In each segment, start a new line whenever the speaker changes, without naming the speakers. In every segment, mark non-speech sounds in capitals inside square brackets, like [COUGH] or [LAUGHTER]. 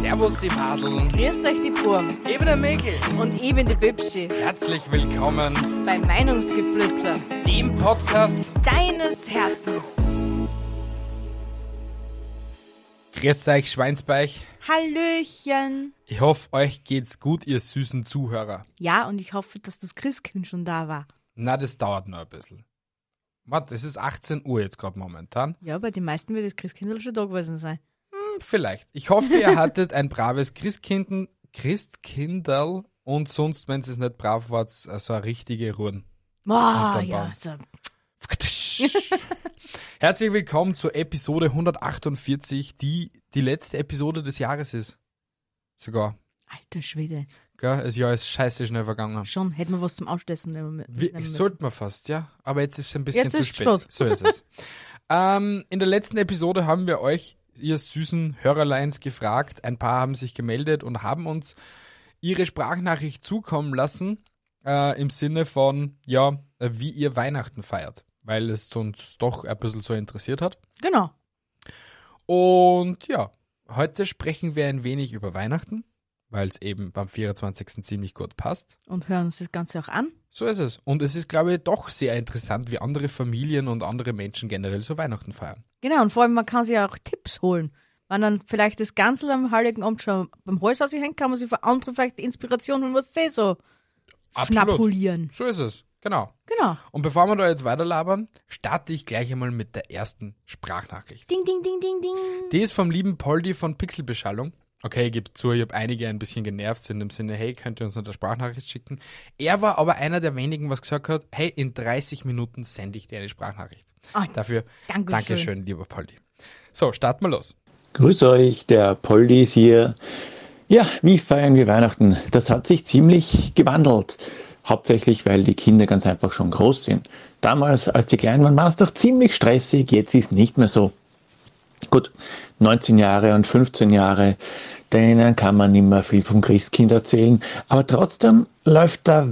Servus die Madeln,
Grüß euch die Burm
eben der Mäkel.
und ich bin die Bibschi
Herzlich willkommen
bei Meinungsgeflüster
dem Podcast.
deines Herzens.
Grüß euch Schweinsbeich.
Hallöchen.
Ich hoffe, euch geht's gut, ihr süßen Zuhörer.
Ja, und ich hoffe, dass das Christkind schon da war.
Na, das dauert noch ein bisschen. Warte, es ist 18 Uhr jetzt gerade momentan.
Ja, bei den meisten wird das Christkindl schon da gewesen sein.
Hm, Vielleicht. Ich hoffe,
[LAUGHS]
ihr hattet ein braves Christkinden, Christkindl und sonst, wenn es nicht brav war, so eine richtige Ruhe.
Boah,
Und dann
ja.
Baum.
So.
Herzlich willkommen zur Episode 148, die die letzte Episode des Jahres ist. Sogar.
Alter Schwede.
Gell? Das Jahr ist scheiße schnell vergangen.
Schon, hätten wir was zum Ausstessen nehmen
Wie,
nehmen müssen.
sollte man fast, ja. Aber jetzt ist es ein bisschen
Jetzt
zu
ist
spät.
Schluss.
So ist es.
[LAUGHS]
ähm, in der letzten Episode haben wir euch, ihr süßen Hörerleins, gefragt. Ein paar haben sich gemeldet und haben uns ihre Sprachnachricht zukommen lassen. Äh, Im Sinne von, ja, äh, wie ihr Weihnachten feiert. Weil es uns doch ein bisschen so interessiert hat.
Genau.
Und ja, heute sprechen wir ein wenig über Weihnachten, weil es eben beim 24. ziemlich gut passt.
Und hören uns das Ganze auch an.
So ist es. Und es ist, glaube ich, doch sehr interessant, wie andere Familien und andere Menschen generell so Weihnachten feiern.
Genau, und vor allem, man kann sich auch Tipps holen. Wenn dann vielleicht das Ganze am Heiligen Abend schon beim Hals aushängt, kann man sich für andere vielleicht Inspiration holen, was sie so schnapulieren.
So ist es. Genau.
Genau.
Und bevor wir da jetzt weiterlabern, starte ich gleich einmal mit der ersten Sprachnachricht.
Ding, ding, ding, ding, ding.
Die ist vom lieben Poldi von Pixelbeschallung. Okay, ich gebe zu, ich habe einige ein bisschen genervt, so in dem Sinne, hey, könnt ihr uns noch eine Sprachnachricht schicken? Er war aber einer der wenigen, was gesagt hat, hey, in 30 Minuten sende ich dir eine Sprachnachricht.
Ah,
Dafür
Dankeschön.
Dankeschön, lieber Poldi. So, starten wir los.
Grüß euch, der Poldi ist hier. Ja, wie feiern wir Weihnachten? Das hat sich ziemlich gewandelt. Hauptsächlich, weil die Kinder ganz einfach schon groß sind. Damals, als die Kleinen waren, war es doch ziemlich stressig, jetzt ist nicht mehr so. Gut, 19 Jahre und 15 Jahre, denen kann man immer viel vom Christkind erzählen. Aber trotzdem läuft der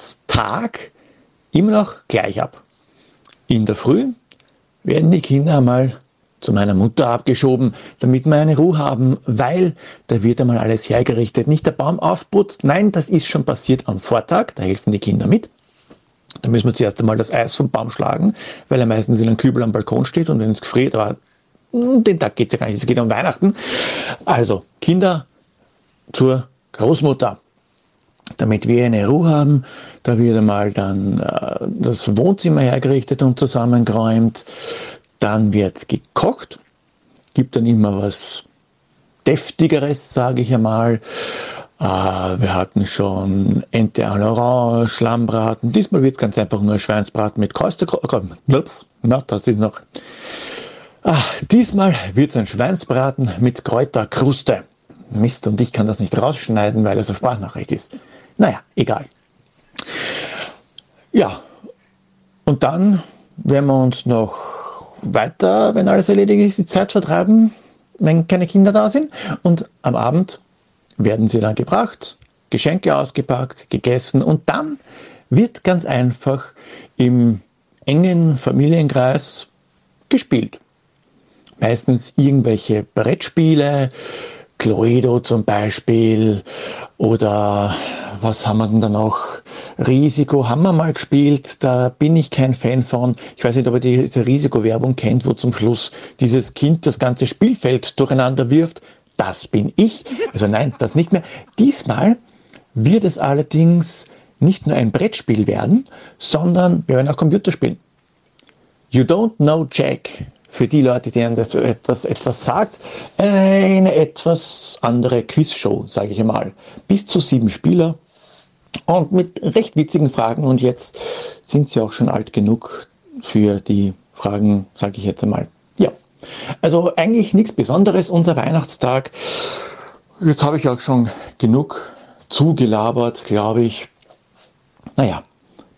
Weihnachtstag immer noch gleich ab. In der Früh werden die Kinder mal zu meiner Mutter abgeschoben, damit wir eine Ruhe haben, weil da wird einmal alles hergerichtet. Nicht der Baum aufputzt, nein, das ist schon passiert am Vortag, da helfen die Kinder mit. Da müssen wir zuerst einmal das Eis vom Baum schlagen, weil er meistens in einem Kübel am Balkon steht und wenn es gefriert, aber mm, den Tag geht es ja gar nicht, es geht um Weihnachten. Also, Kinder zur Großmutter damit wir eine Ruhe haben. Da wird einmal dann äh, das Wohnzimmer hergerichtet und zusammengeräumt. Dann wird gekocht, gibt dann immer was Deftigeres, sage ich einmal. Äh, wir hatten schon Ente en Orange, Schlammbraten. Diesmal wird es ganz einfach nur Schweinsbraten mit Kräuterkrochen. Ups, na, das ist noch. Ah, diesmal wird es ein Schweinsbraten mit Kräuterkruste. Mist, und ich kann das nicht rausschneiden, weil es eine Sprachnachricht ist. Naja, egal. Ja, und dann werden wir uns noch weiter, wenn alles erledigt ist, die Zeit vertreiben, wenn keine Kinder da sind. Und am Abend werden sie dann gebracht, Geschenke ausgepackt, gegessen und dann wird ganz einfach im engen Familienkreis gespielt meistens irgendwelche Brettspiele, Cluedo zum Beispiel oder was haben wir denn da noch? Risiko haben wir mal gespielt, da bin ich kein Fan von. Ich weiß nicht, ob ihr diese Risikowerbung kennt, wo zum Schluss dieses Kind das ganze Spielfeld durcheinander wirft. Das bin ich. Also nein, das nicht mehr. Diesmal wird es allerdings nicht nur ein Brettspiel werden, sondern wir werden auch Computer spielen. You Don't Know Jack. Für die Leute, denen das etwas, etwas sagt, eine etwas andere Quizshow, sage ich mal. Bis zu sieben Spieler und mit recht witzigen Fragen. Und jetzt sind sie auch schon alt genug für die Fragen, sage ich jetzt einmal. Ja, also eigentlich nichts Besonderes, unser Weihnachtstag. Jetzt habe ich auch schon genug zugelabert, glaube ich. Naja,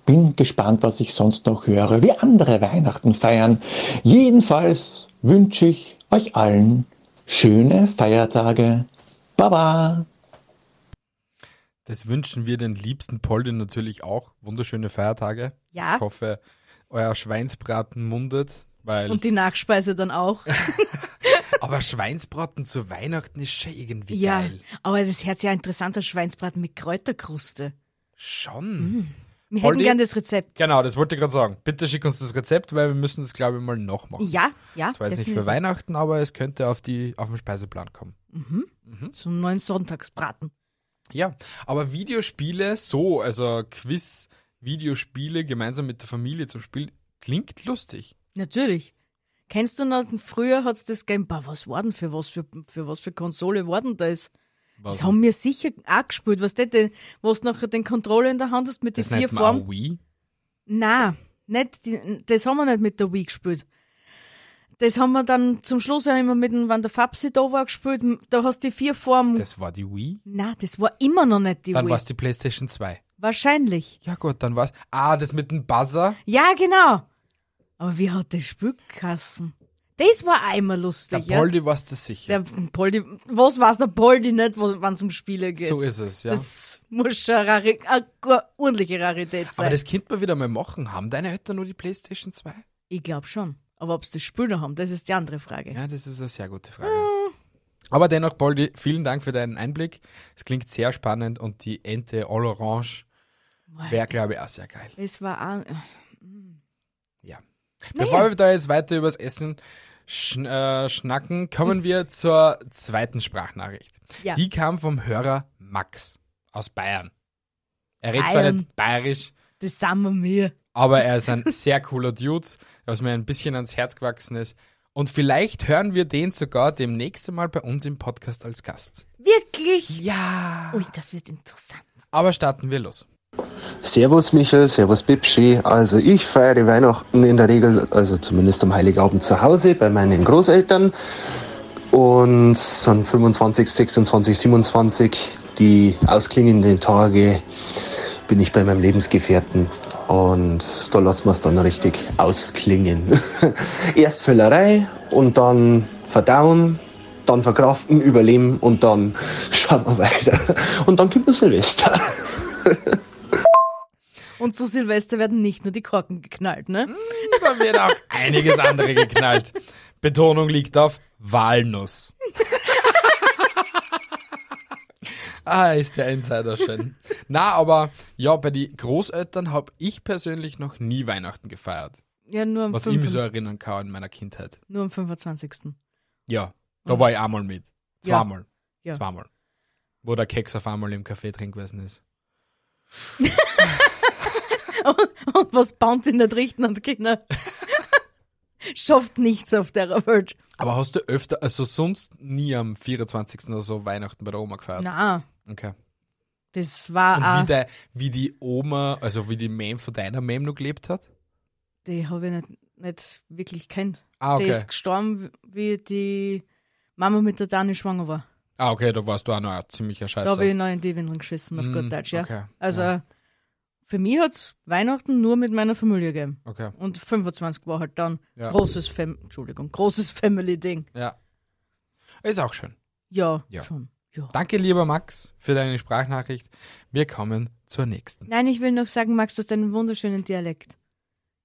bin gespannt, was ich sonst noch höre, wie andere Weihnachten feiern. Jedenfalls wünsche ich euch allen schöne Feiertage. Baba!
Das wünschen wir den liebsten Polden natürlich auch. Wunderschöne Feiertage.
Ja.
Ich hoffe, euer Schweinsbraten mundet, weil.
Und die Nachspeise dann
[LAUGHS]
auch.
aber Schweinsbraten zu Weihnachten ist schon irgendwie
ja.
geil.
Aber das hört sich ja interessanter Schweinsbraten mit Kräuterkruste. Mhm.
Schon.
Wir
Poldi?
hätten gern das Rezept.
Genau, das wollte ich gerade sagen. Bitte schick uns das Rezept, weil wir müssen das, glaube ich, mal noch machen.
Ja, ja.
Ich weiß nicht für
definitiv.
Weihnachten, aber es könnte auf, die, auf den Speiseplan kommen. Mhm.
So einen Mhm. neuen Sonntagsbraten.
Ja, aber Videospiele so, also Quiz, Videospiele gemeinsam mit der Familie zum Spielen, klingt lustig.
Natürlich. Kennst du noch, früher hat's das gegeben, boah, was war denn für was für, für was für Konsole war denn das? Das haben wir sicher auch gespielt, was weißt du, wo du nachher den Controller in der Hand hast mit den
das
vier
nennt man
Formen.
auch Wii.
Nein, nicht, die- das haben wir nicht mit der Wii gespielt. Das haben wir dann zum Schluss ja immer mit dem, wenn der Fabsi da war, gespielt. Da hast du die vier Formen.
Das war die Wii.
Nein, das war immer noch nicht die
Dann
Wii.
war es die PlayStation 2.
Wahrscheinlich.
Ja gut, dann war's. Ah, das mit dem Buzzer.
Ja, genau. Aber wie hat das Spielkassen? Das war einmal
Der
lustig, ja.
Poldi war's das sicher.
Der Poldi, was weiß der Poldi nicht, wenn es um Spiele geht?
so ist es, ja.
Das muss schon eine, Rari eine gu- ordentliche Rarität sein.
aber das könnte man wieder mal machen. Haben deine Eltern nur die PlayStation 2?
ich glaube schon. Aber ob sie das Spiel noch haben, das ist die andere Frage. Ah.
Ja, das ist eine sehr gute Frage. Aber dennoch, Poldi, vielen Dank für deinen Einblick. Es klingt sehr spannend und die Ente All Orange wäre, glaube ich, auch sehr geil.
Das war äh, an.
Ja. Bevor wir da jetzt weiter übers Essen schn äh,
[LAUGHS]
schnacken, kommen wir zur zweiten Sprachnachricht.
Ja.
Die kam vom Hörer Max aus Bayern. Er redet zwar
Bayern.
nicht bayerisch,
Das sind wir mir.
aber er ist ein [LAUGHS] sehr cooler Dude, was mir ein bisschen ans Herz gewachsen ist. Und vielleicht hören wir den sogar demnächst mal bei uns im Podcast als Gast.
Wirklich?
Ja.
Ui, das wird interessant.
Aber starten wir los.
Servus Michel, servus Bipschi. Also ich feiere die Weihnachten in der Regel, also zumindest am Heiligabend zu Hause bei meinen Großeltern und so am 25, 26, 27 die ausklingenden Tage bin ich bei meinem Lebensgefährten und da lassen wir es dann richtig ausklingen. [LAUGHS] Erst Füllerei und dann verdauen, dann verkraften, überleben und dann schauen wir weiter. Und dann gibt es Silvester.
Und zu Silvester werden nicht nur die Korken geknallt,
Hm,
ne?
Da wird auch einiges andere geknallt. Betonung liegt auf Walnuss. [LAUGHS] ah, ist der Insider schön. Na, aber ja, bei den Großeltern habe ich persönlich noch nie Weihnachten gefeiert.
Ja, nur am,
Was ich
fünften-
mich so erinnern kann in meiner Kindheit.
[LAUGHS] nur am 25.
Ja, da war ich einmal mit.
Mhm. Ja.
Zweimal.
Ja.
Zweimal. Wo der Keks auf einmal im Café drin gewesen ist.
Und was baut in der Richten und
[LAUGHS]
Kinder? Schafft nichts auf der Welt.
Aber hast du öfter, also sonst nie am 24. oder so Weihnachten bei der Oma gefeiert?
Na,
Okay.
das
Und
war
wie,
auch,
der, wie die Oma, also wie die Mem von deiner Mem noch gelebt hat?
die habe ich nicht, nicht wirklich kennt.
Ah,
Die
okay.
ist gestorben, wie die Mama mit der Dani schwanger war.
Ah, okay, da warst du auch noch ein ziemlicher
Da habe ich
Scheiße.
noch in die Windeln geschissen, auf
Mm,
gut Deutsch, ja.
okay,
Also,
ja.
für mich hat's Weihnachten nur mit meiner Familie gegeben.
Okay,
Und 25 war halt dann
Ja.
großes Fam Entschuldigung, großes Family-Ding.
ja. Ist auch schön.
Ja,
Ja.
schon. Ja.
Danke, lieber Max, für deine Sprachnachricht. Wir kommen zur nächsten.
Nein, ich will noch sagen, Max, du hast einen wunderschönen Dialekt.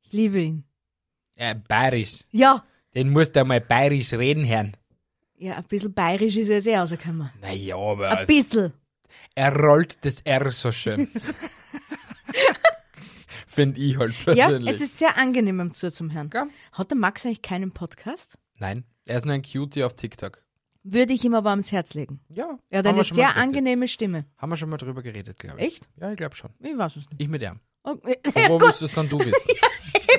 Ich liebe ihn.
Äh, bayerisch.
Ja.
Den musst du mal bayerisch reden, Herrn.
Ja, ein bisschen bayerisch ist er jetzt eh rausgekommen.
Naja, aber
Ein bisschen.
er rollt das R
[LAUGHS]
so schön. Finde ich halt
Ja,
persönlich.
es ist sehr angenehm am Zuhören zum Herrn.
Ja.
Hat der Max eigentlich keinen Podcast?
Nein, er ist nur ein Cutie auf TikTok.
Würde ich ihm aber ans Herz legen.
Ja,
Er hat
haben wir
eine
schon
sehr
mal geredet.
angenehme Stimme.
Haben wir schon mal drüber geredet, glaube ich.
Echt?
Ja, ich glaube schon.
Ich weiß es nicht.
Ich mit ihm.
Okay. [LAUGHS]
Von wo willst du es dann du wissen?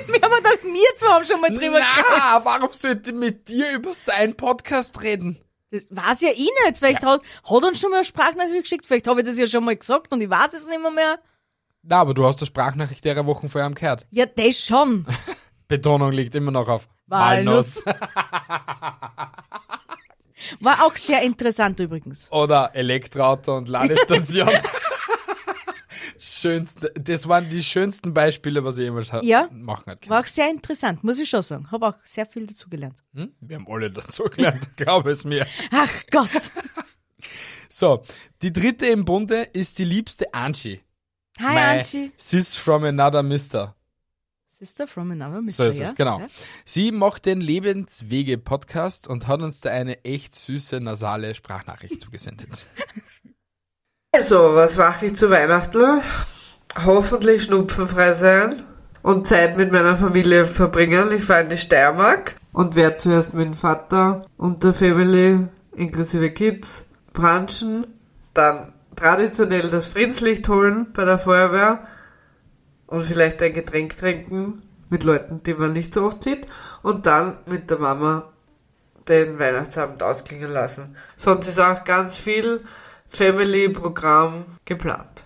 Wir haben doch wir zwei haben schon mal drüber geredet.
Na, warum sollte ich mit dir über seinen Podcast reden?
Das weiß ja ich nicht. Vielleicht hat, hat uns schon mal eine Sprachnachricht geschickt. Vielleicht habe ich das ja schon mal gesagt und ich weiß es nicht mehr. mehr.
Na, aber du hast eine Sprachnachricht derer Wochen vorher gehört.
Ja, das schon.
[LAUGHS] Betonung liegt immer noch auf
Walnuss. War auch sehr interessant übrigens. [LAUGHS]
oder Elektroauto und Ladestation. schönste, das waren die schönsten Beispiele, was ich jemals ha- genau.
Ja.
machen hat.
War auch sehr interessant, muss ich schon sagen. Habe auch sehr viel dazugelernt.
Hm? Wir haben alle dazu gelernt, [LAUGHS] glaube es mir.
Ach
[LAUGHS]
Gott.
So, die dritte im Bunde ist die liebste Angie.
Hi,
My
Angie.
Sis from another mister.
Sister from another
So
Mister,
ist
ja?
es, genau.
Ja?
Sie macht den Lebenswege-Podcast und hat uns da eine echt süße nasale Sprachnachricht
[LAUGHS]
zugesendet.
Also, was mache ich zu Weihnachten? Hoffentlich schnupfenfrei sein und Zeit mit meiner Familie verbringen. Ich fahre in die Steiermark und werde zuerst mit dem Vater und der Family, inklusive Kids, branchen, dann traditionell das Friedenslicht holen bei der Feuerwehr und vielleicht ein Getränk trinken mit Leuten, die man nicht so oft sieht und dann mit der Mama den Weihnachtsabend ausklingen lassen. Sonst ist auch ganz viel Family-Programm geplant.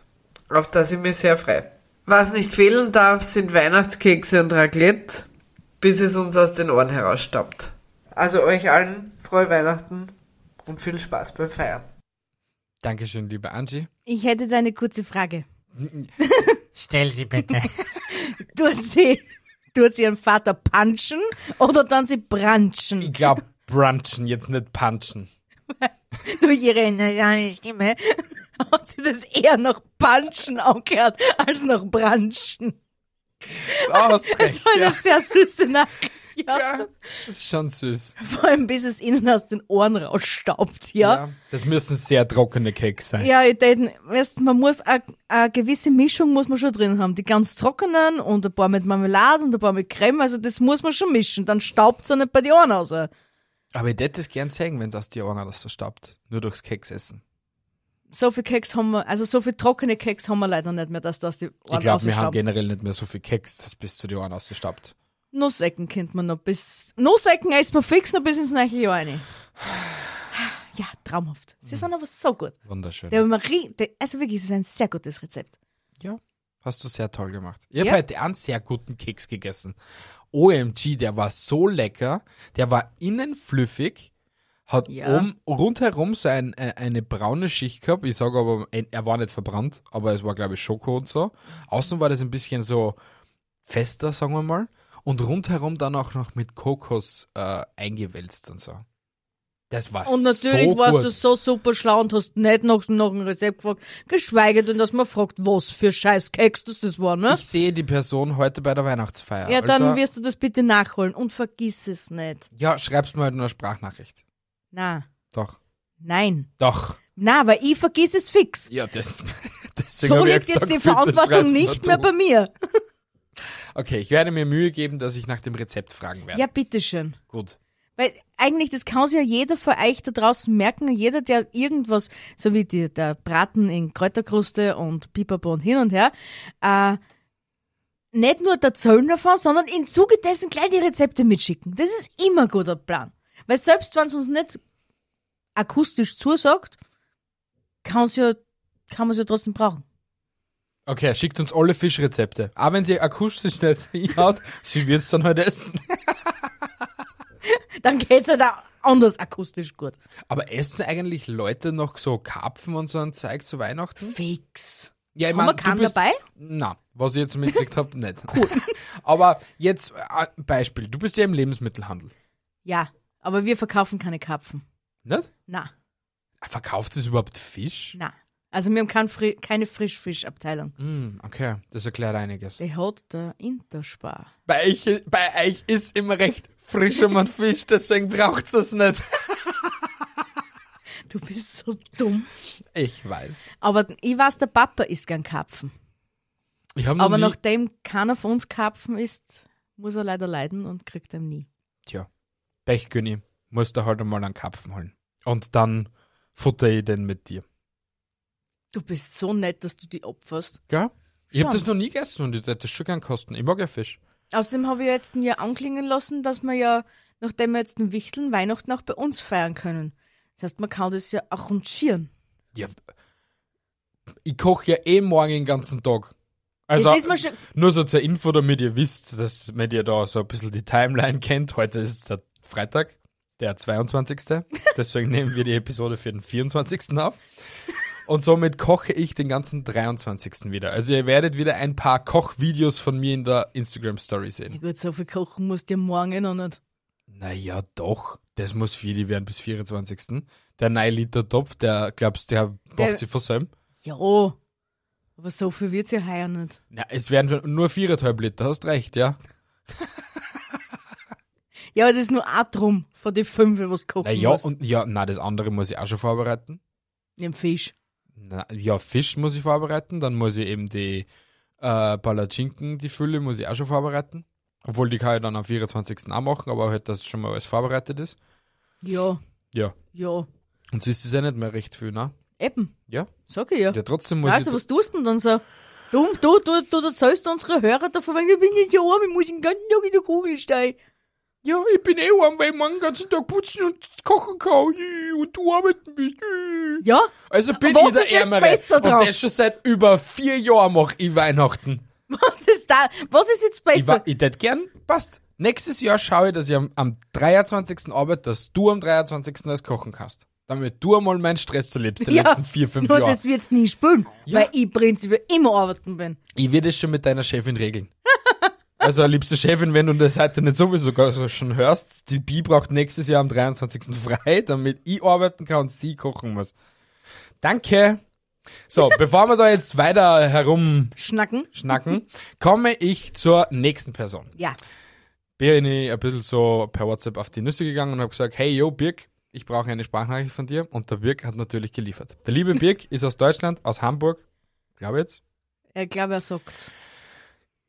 Auf das ich mich sehr freue. Was nicht fehlen darf, sind Weihnachtskekse und Raclette, bis es uns aus den Ohren herausstaubt. Also euch allen frohe Weihnachten und viel Spaß beim Feiern.
Dankeschön, liebe Angie.
Ich hätte da eine kurze Frage.
Stell sie bitte.
Tut sie, [LAUGHS] tut sie ihren Vater punchen oder dann sie
Ich
branchen
glaube, brunchen, jetzt nicht punchen.
durch ihre nasale Stimme? [LAUGHS] Hat sie das eher nach punchen angehört als nach branchen?
Du hast
Das
recht,
war eine
ja.
sehr süße Nachricht. Ja.
ja. Das ist schon süß.
[LAUGHS] Vor allem, bis es ihnen aus den Ohren rausstaubt, ja.
Das müssen sehr trockene Keks sein.
Ja, ich denke, weißt, man muss eine, eine gewisse Mischung muss man schon drin haben. Die ganz trockenen und ein paar mit Marmelade und ein paar mit Creme. Also das muss man schon mischen. Dann staubt es nicht bei die Ohren raus.
Aber ich hätte es gern sehen, wenn es aus dir auch noch so staubt. Nur durchs Keks essen.
So viel Keks haben wir, also so viel trockene Keks haben wir leider nicht mehr, dass das die Ohren
Ich glaube, wir haben
rausstaubt.
generell nicht mehr so viel Keks, dass bis zu die Ohren ausgestaubt.
Nussecken kennt man noch bis. Nussecken isst man fix noch bis ins nächste Jahr rein. Ja, traumhaft. Sie sind aber so gut.
Wunderschön.
Der Marie, der, also wirklich, es ist ein sehr gutes Rezept.
Ja, hast du sehr toll gemacht. Ich habe
Ja.
heute einen sehr guten Keks gegessen. OMG, der war so lecker. Der war innen flüffig, hat
Ja.
um, rundherum so ein, äh, eine braune Schicht gehabt. Ich sage aber, äh, er war nicht verbrannt, aber es war, glaube ich, Schoko und so. Außen war das ein bisschen so fester, sagen wir mal. Und rundherum dann auch noch mit Kokos äh, eingewälzt und so. Das war
Und natürlich
so
warst
gut.
du so super schlau und hast nicht nach, nach einem Rezept gefragt, geschweige denn, dass man fragt, was für scheiß Keks das, das war, ne?
Ich sehe die Person heute bei der Weihnachtsfeier.
ja, dann
also,
wirst du das bitte nachholen und vergiss es nicht.
Ja, schreib's mir halt in einer Sprachnachricht.
Na,
Doch.
nein.
Doch.
Na, weil ich vergiss es fix. [LAUGHS]
Ja, das.
so liegt jetzt die Verantwortung nicht mehr bei mir.
Okay, ich werde mir Mühe geben, dass ich nach dem Rezept fragen werde.
Ja, bitteschön.
Gut.
Weil eigentlich, das kann sich ja jeder von euch da draußen merken, jeder, der irgendwas, so wie die, der Braten in Kräuterkruste und Pipapo und hin und her, äh, nicht nur der Zöllner davon, sondern in Zuge dessen gleich die Rezepte mitschicken. Das ist immer ein guter Plan. Weil selbst wenn es uns nicht akustisch zusagt, kann's ja, kann man es ja trotzdem brauchen.
Okay, schickt uns alle Fischrezepte. Auch wenn sie akustisch nicht [LAUGHS] hinhaut, sie wird's dann heute essen.
Dann geht's halt auch anders akustisch gut.
Aber essen eigentlich Leute noch so Karpfen und so ein Zeug zu Weihnachten?
Fix.
Ja, ich
Haben wir
mein, du
keinen
bist-
dabei?
Na, was ich jetzt mitgekriegt habe,
[LAUGHS]
nicht. Cool. [LAUGHS] Aber jetzt, äh, Beispiel, du bist ja im Lebensmittelhandel,
Ja, aber wir verkaufen keine Karpfen.
nicht?
Na.
Verkauft es überhaupt Fisch?
Na, also wir haben kein Fri keine Frischfischabteilung.
Hm, okay, das erklärt einiges.
Die hat der Interspar.
Bei euch, bei euch ist immer recht frisch um ein Fisch, deswegen braucht's es nicht.
Du bist so dumm.
Ich weiß.
Aber ich weiß, der Papa isst gern Karpfen.
[LAUGHS] Ich hab noch
Aber
nie-
nachdem keiner von uns Karpfen isst, muss er leider leiden und kriegt ihn nie.
Tja, Pechkönig, musst du halt einmal einen Karpfen holen. Und dann futter ich den mit dir.
Du bist so nett, dass du die opferst.
Gell? Ich hab
Schon.
das noch nie gegessen und ich hätte das schon gern kosten. Ich mag ja Fisch.
Außerdem habe ich jetzt ja anklingen lassen, dass wir ja, nachdem wir jetzt den Wichteln Weihnachten auch bei uns feiern können. Das heißt, man kann das ja arrangieren.
Ja. Ich koche ja eh morgen den ganzen Tag. Also,
das ist mir schon,
nur so zur Info, damit ihr wisst, dass wenn ihr da so ein bisschen die Timeline kennt, heute ist der Freitag,
[LAUGHS]
der 22. Deswegen nehmen wir die Episode für den 24. auf. Und somit koche ich den ganzen 23. wieder. Also ihr werdet wieder ein paar Kochvideos von mir in der Instagram-Story
Ja
sehen.
gut, so viel kochen musst du morgen noch nicht.
Naja, doch. Das muss viel werden bis 24. Der 9-Liter-Topf, der, glaubst du, der
Der-
braucht sie versäumen?
Ja, aber so viel wird's ja heuer nicht.
Na, es werden nur 4,5 Liter, hast recht, ja.
Ja, aber das ist nur ein Drum von den fünf, was du kochen
Naja,
musst.
und ja, na, das andere muss ich auch schon vorbereiten.
Den Fisch.
Na, ja, Fisch muss ich vorbereiten, dann muss ich eben die äh, Palatschinken, die Fülle, muss ich auch schon vorbereiten. Obwohl, die kann ich dann am 24. auch machen, aber halt, dass schon mal alles vorbereitet ist.
Ja,
Ja.
ja.
Und sonst ist ja nicht mehr recht viel, ne?
Eben,
Ja?
sag ich ja.
Ja, trotzdem muss
Also,
ich...
was tust du denn dann so? Du, du, du, du erzählst unsere Hörer davon, wenn ich bin nicht arm, ich muss den ganzen Tag in der Kugel stehen.
Ja, ich bin eh arm, weil ich morgen den ganzen Tag putzen und kochen kann Ih, und du arbeiten bist. Ih.
Ja, [LAUGHS]
Also bin
Was
ich der
ist jetzt
Ärmere.
besser
und
dran?
das schon seit über vier Jahren mache ich Weihnachten.
was ist da? Was ist jetzt
Ich, eh wa-
besser?
ich tät gern, passt. Nächstes Jahr schaue ich, dass ich am, am 23. arbeite, dass du am 23. alles kochen kannst. Damit du einmal meinen Stress erlebst, die letzten vier, fünf
nur
Jahre.
das wird's nie spüren,
Ja.
weil ich prinzipiell immer arbeiten bin.
Ich werde es schon mit deiner Chefin regeln. [LAUGHS] Also, liebste Chefin, wenn du das heute nicht sowieso gar so schon hörst, die Bi braucht nächstes Jahr am 23. [LAUGHS] frei, damit ich arbeiten kann und sie kochen muss. Danke.
[LAUGHS]
So, bevor wir da jetzt weiter herumschnacken,
Schnacken?
komme ich zur nächsten Person.
Ja.
bin ich ein bisschen so per WhatsApp auf die Nüsse gegangen und habe gesagt, hey, yo, Birk, ich brauche eine Sprachnachricht von dir. Und der Birk hat natürlich geliefert. Der liebe [LAUGHS] Birk ist aus Deutschland, aus Hamburg, glaube ich jetzt.
Ich glaube, er sagt's.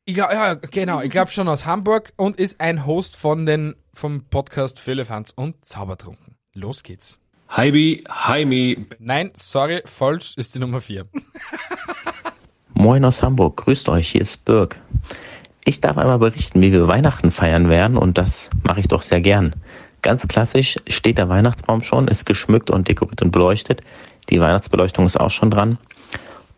Ich glaub, ja, genau, ich glaube schon aus Hamburg und ist ein Host von den, vom Podcast Füllefanz und Zaubertrunken. Los geht's.
Hi Bi, hi Mi.
Nein, sorry, falsch ist die Nummer 4.
Moin aus Hamburg, grüßt euch, hier ist Birg. Ich darf einmal berichten, wie wir Weihnachten feiern werden und das mache ich doch sehr gern. Ganz klassisch steht der Weihnachtsbaum schon, ist geschmückt und dekoriert und beleuchtet. Die Weihnachtsbeleuchtung ist auch schon dran.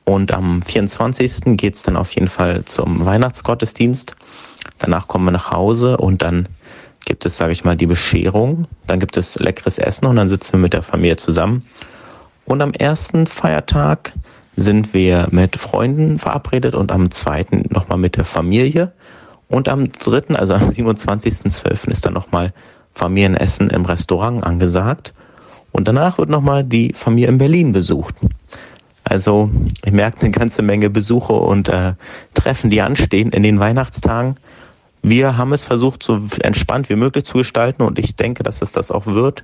Und am 24. geht's dann auf jeden Fall zum Weihnachtsgottesdienst. Danach kommen wir nach Hause und dann gibt es, sage ich mal, die Bescherung. Dann gibt es leckeres Essen und dann sitzen wir mit der Familie zusammen. Und am ersten Feiertag sind wir mit Freunden verabredet und am zweiten nochmal mit der Familie. Und am dritten, also am 27.12. ist dann nochmal Familienessen im Restaurant angesagt. Und danach wird nochmal die Familie in Berlin besucht. Also ich merke eine ganze Menge Besuche und äh, Treffen, die anstehen in den Weihnachtstagen. Wir haben es versucht, so entspannt wie möglich zu gestalten und ich denke, dass es das auch wird.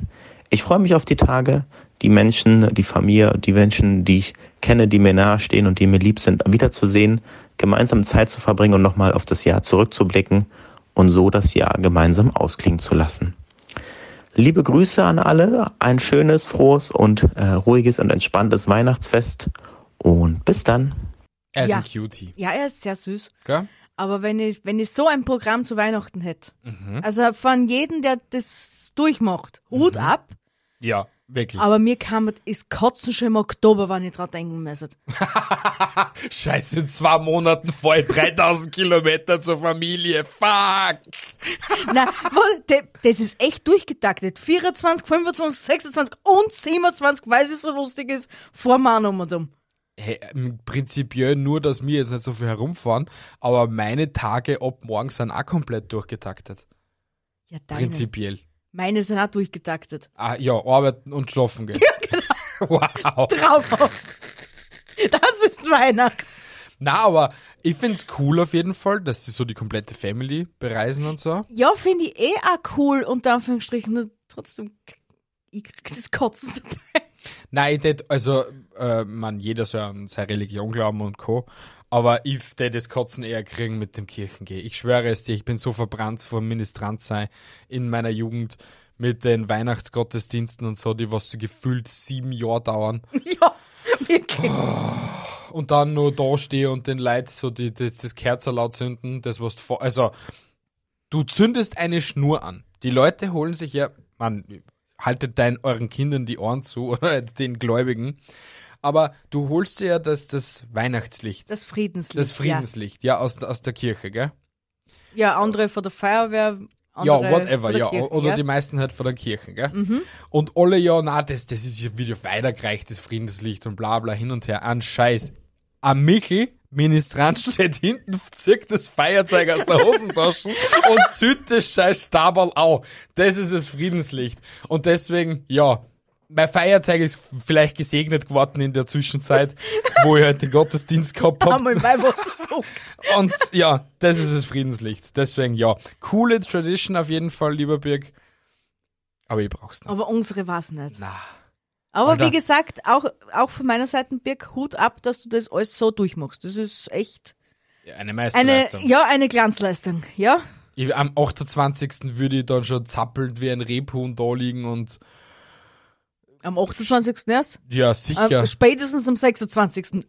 Ich freue mich auf die Tage, die Menschen, die Familie, die Menschen, die ich kenne, die mir nahestehen und die mir lieb sind, wiederzusehen, gemeinsam Zeit zu verbringen und nochmal auf das Jahr zurückzublicken und so das Jahr gemeinsam ausklingen zu lassen. Liebe Grüße an alle, ein schönes, frohes und äh, ruhiges und entspanntes Weihnachtsfest und bis dann.
Er ist
Ja.
ein Cutie.
Ja, er ist sehr süß.
Gell?
Aber wenn ich, wenn ich so ein Programm zu Weihnachten hätte,
Mhm.
also von jedem, der das durchmacht, Hut ab,
Ja, wirklich.
aber mir kam ist kotzen schon im Oktober, wenn ich dran denken müsste.
Scheiße, in zwei Monaten voll 3000 Kilometer zur Familie. Fuck!
Nein, wo- de- das ist echt durchgetaktet. 24, 25, 26 und 27, weil es so lustig ist, vor Mann um und um.
Hey, ähm, prinzipiell nur, dass wir jetzt nicht so viel herumfahren, aber meine Tage ab morgen sind auch komplett durchgetaktet.
Ja, deine.
Prinzipiell.
Meine sind auch durchgetaktet.
Ah, ja, arbeiten und
[LAUGHS]
schlafen gehen. Ja, genau. Wow.
Traumhaft. Das ist Weihnachten.
Na, aber ich find's cool auf jeden Fall, dass sie so die komplette Family bereisen und so.
Ja, finde ich eh auch cool, unter Anführungsstrichen. Nur trotzdem, ich krieg das Kotzen dabei.
Nein, ich tät, also, äh, man, jeder soll an seine Religion glauben und Co. Aber ich tät das Kotzen eher kriegen mit dem Kirchengeh. Ich schwöre es dir, ich bin so verbrannt vom Ministrant sein in meiner Jugend mit den Weihnachtsgottesdiensten und so, die was so gefühlt sieben Jahre dauern.
Ja, wirklich.
Und dann nur da stehe und den Leuten so die, das, das Kerzer laut zünden, das was du vor, also, du zündest eine Schnur an. Die Leute holen sich ja, man, haltet deinen euren Kindern die Ohren zu [LAUGHS] oder jetzt den Gläubigen. Aber du holst dir ja das, das Weihnachtslicht,
Das Friedenslicht.
das Friedenslicht, ja, aus, aus der Kirche, gell?
Ja, ja andere von der Feuerwehr,
Ja,
andere
whatever,
von der
ja.
Kirche,
oder
ja.
die meisten halt von der Kirche, gell?
Mhm.
Und alle, ja, na, das, das ist ja wieder weitergereichtes Friedenslicht und bla bla hin und her. An Scheiß. Am Michel, Ministrant, [LAUGHS] steht hinten, zirkt das Feuerzeug aus der Hosentasche und zündet das scheiß Stabal auch. Das ist das Friedenslicht. Und deswegen, ja, mein Feierzeug ist vielleicht gesegnet geworden in der Zwischenzeit, wo ich heute den Gottesdienst gehabt habe.
Einmal bei was du-
Und ja, das ist das Friedenslicht. Deswegen ja. Coole Tradition auf jeden Fall, lieber Birg. Aber ich brauch's nicht.
Aber unsere war es nicht.
Na.
Aber
Alter.
wie gesagt, auch, auch von meiner Seite, Birk, Hut ab, dass du das alles so durchmachst. Das ist echt
Eine
eine,
Meisterleistung.
ja, eine Glanzleistung. Ja,
Ich, am 28. würde ich dann schon zappelt wie ein Rebhuhn da liegen und
am 28. erst.
ja, sicher. Äh.
Am- Spätestens am 26.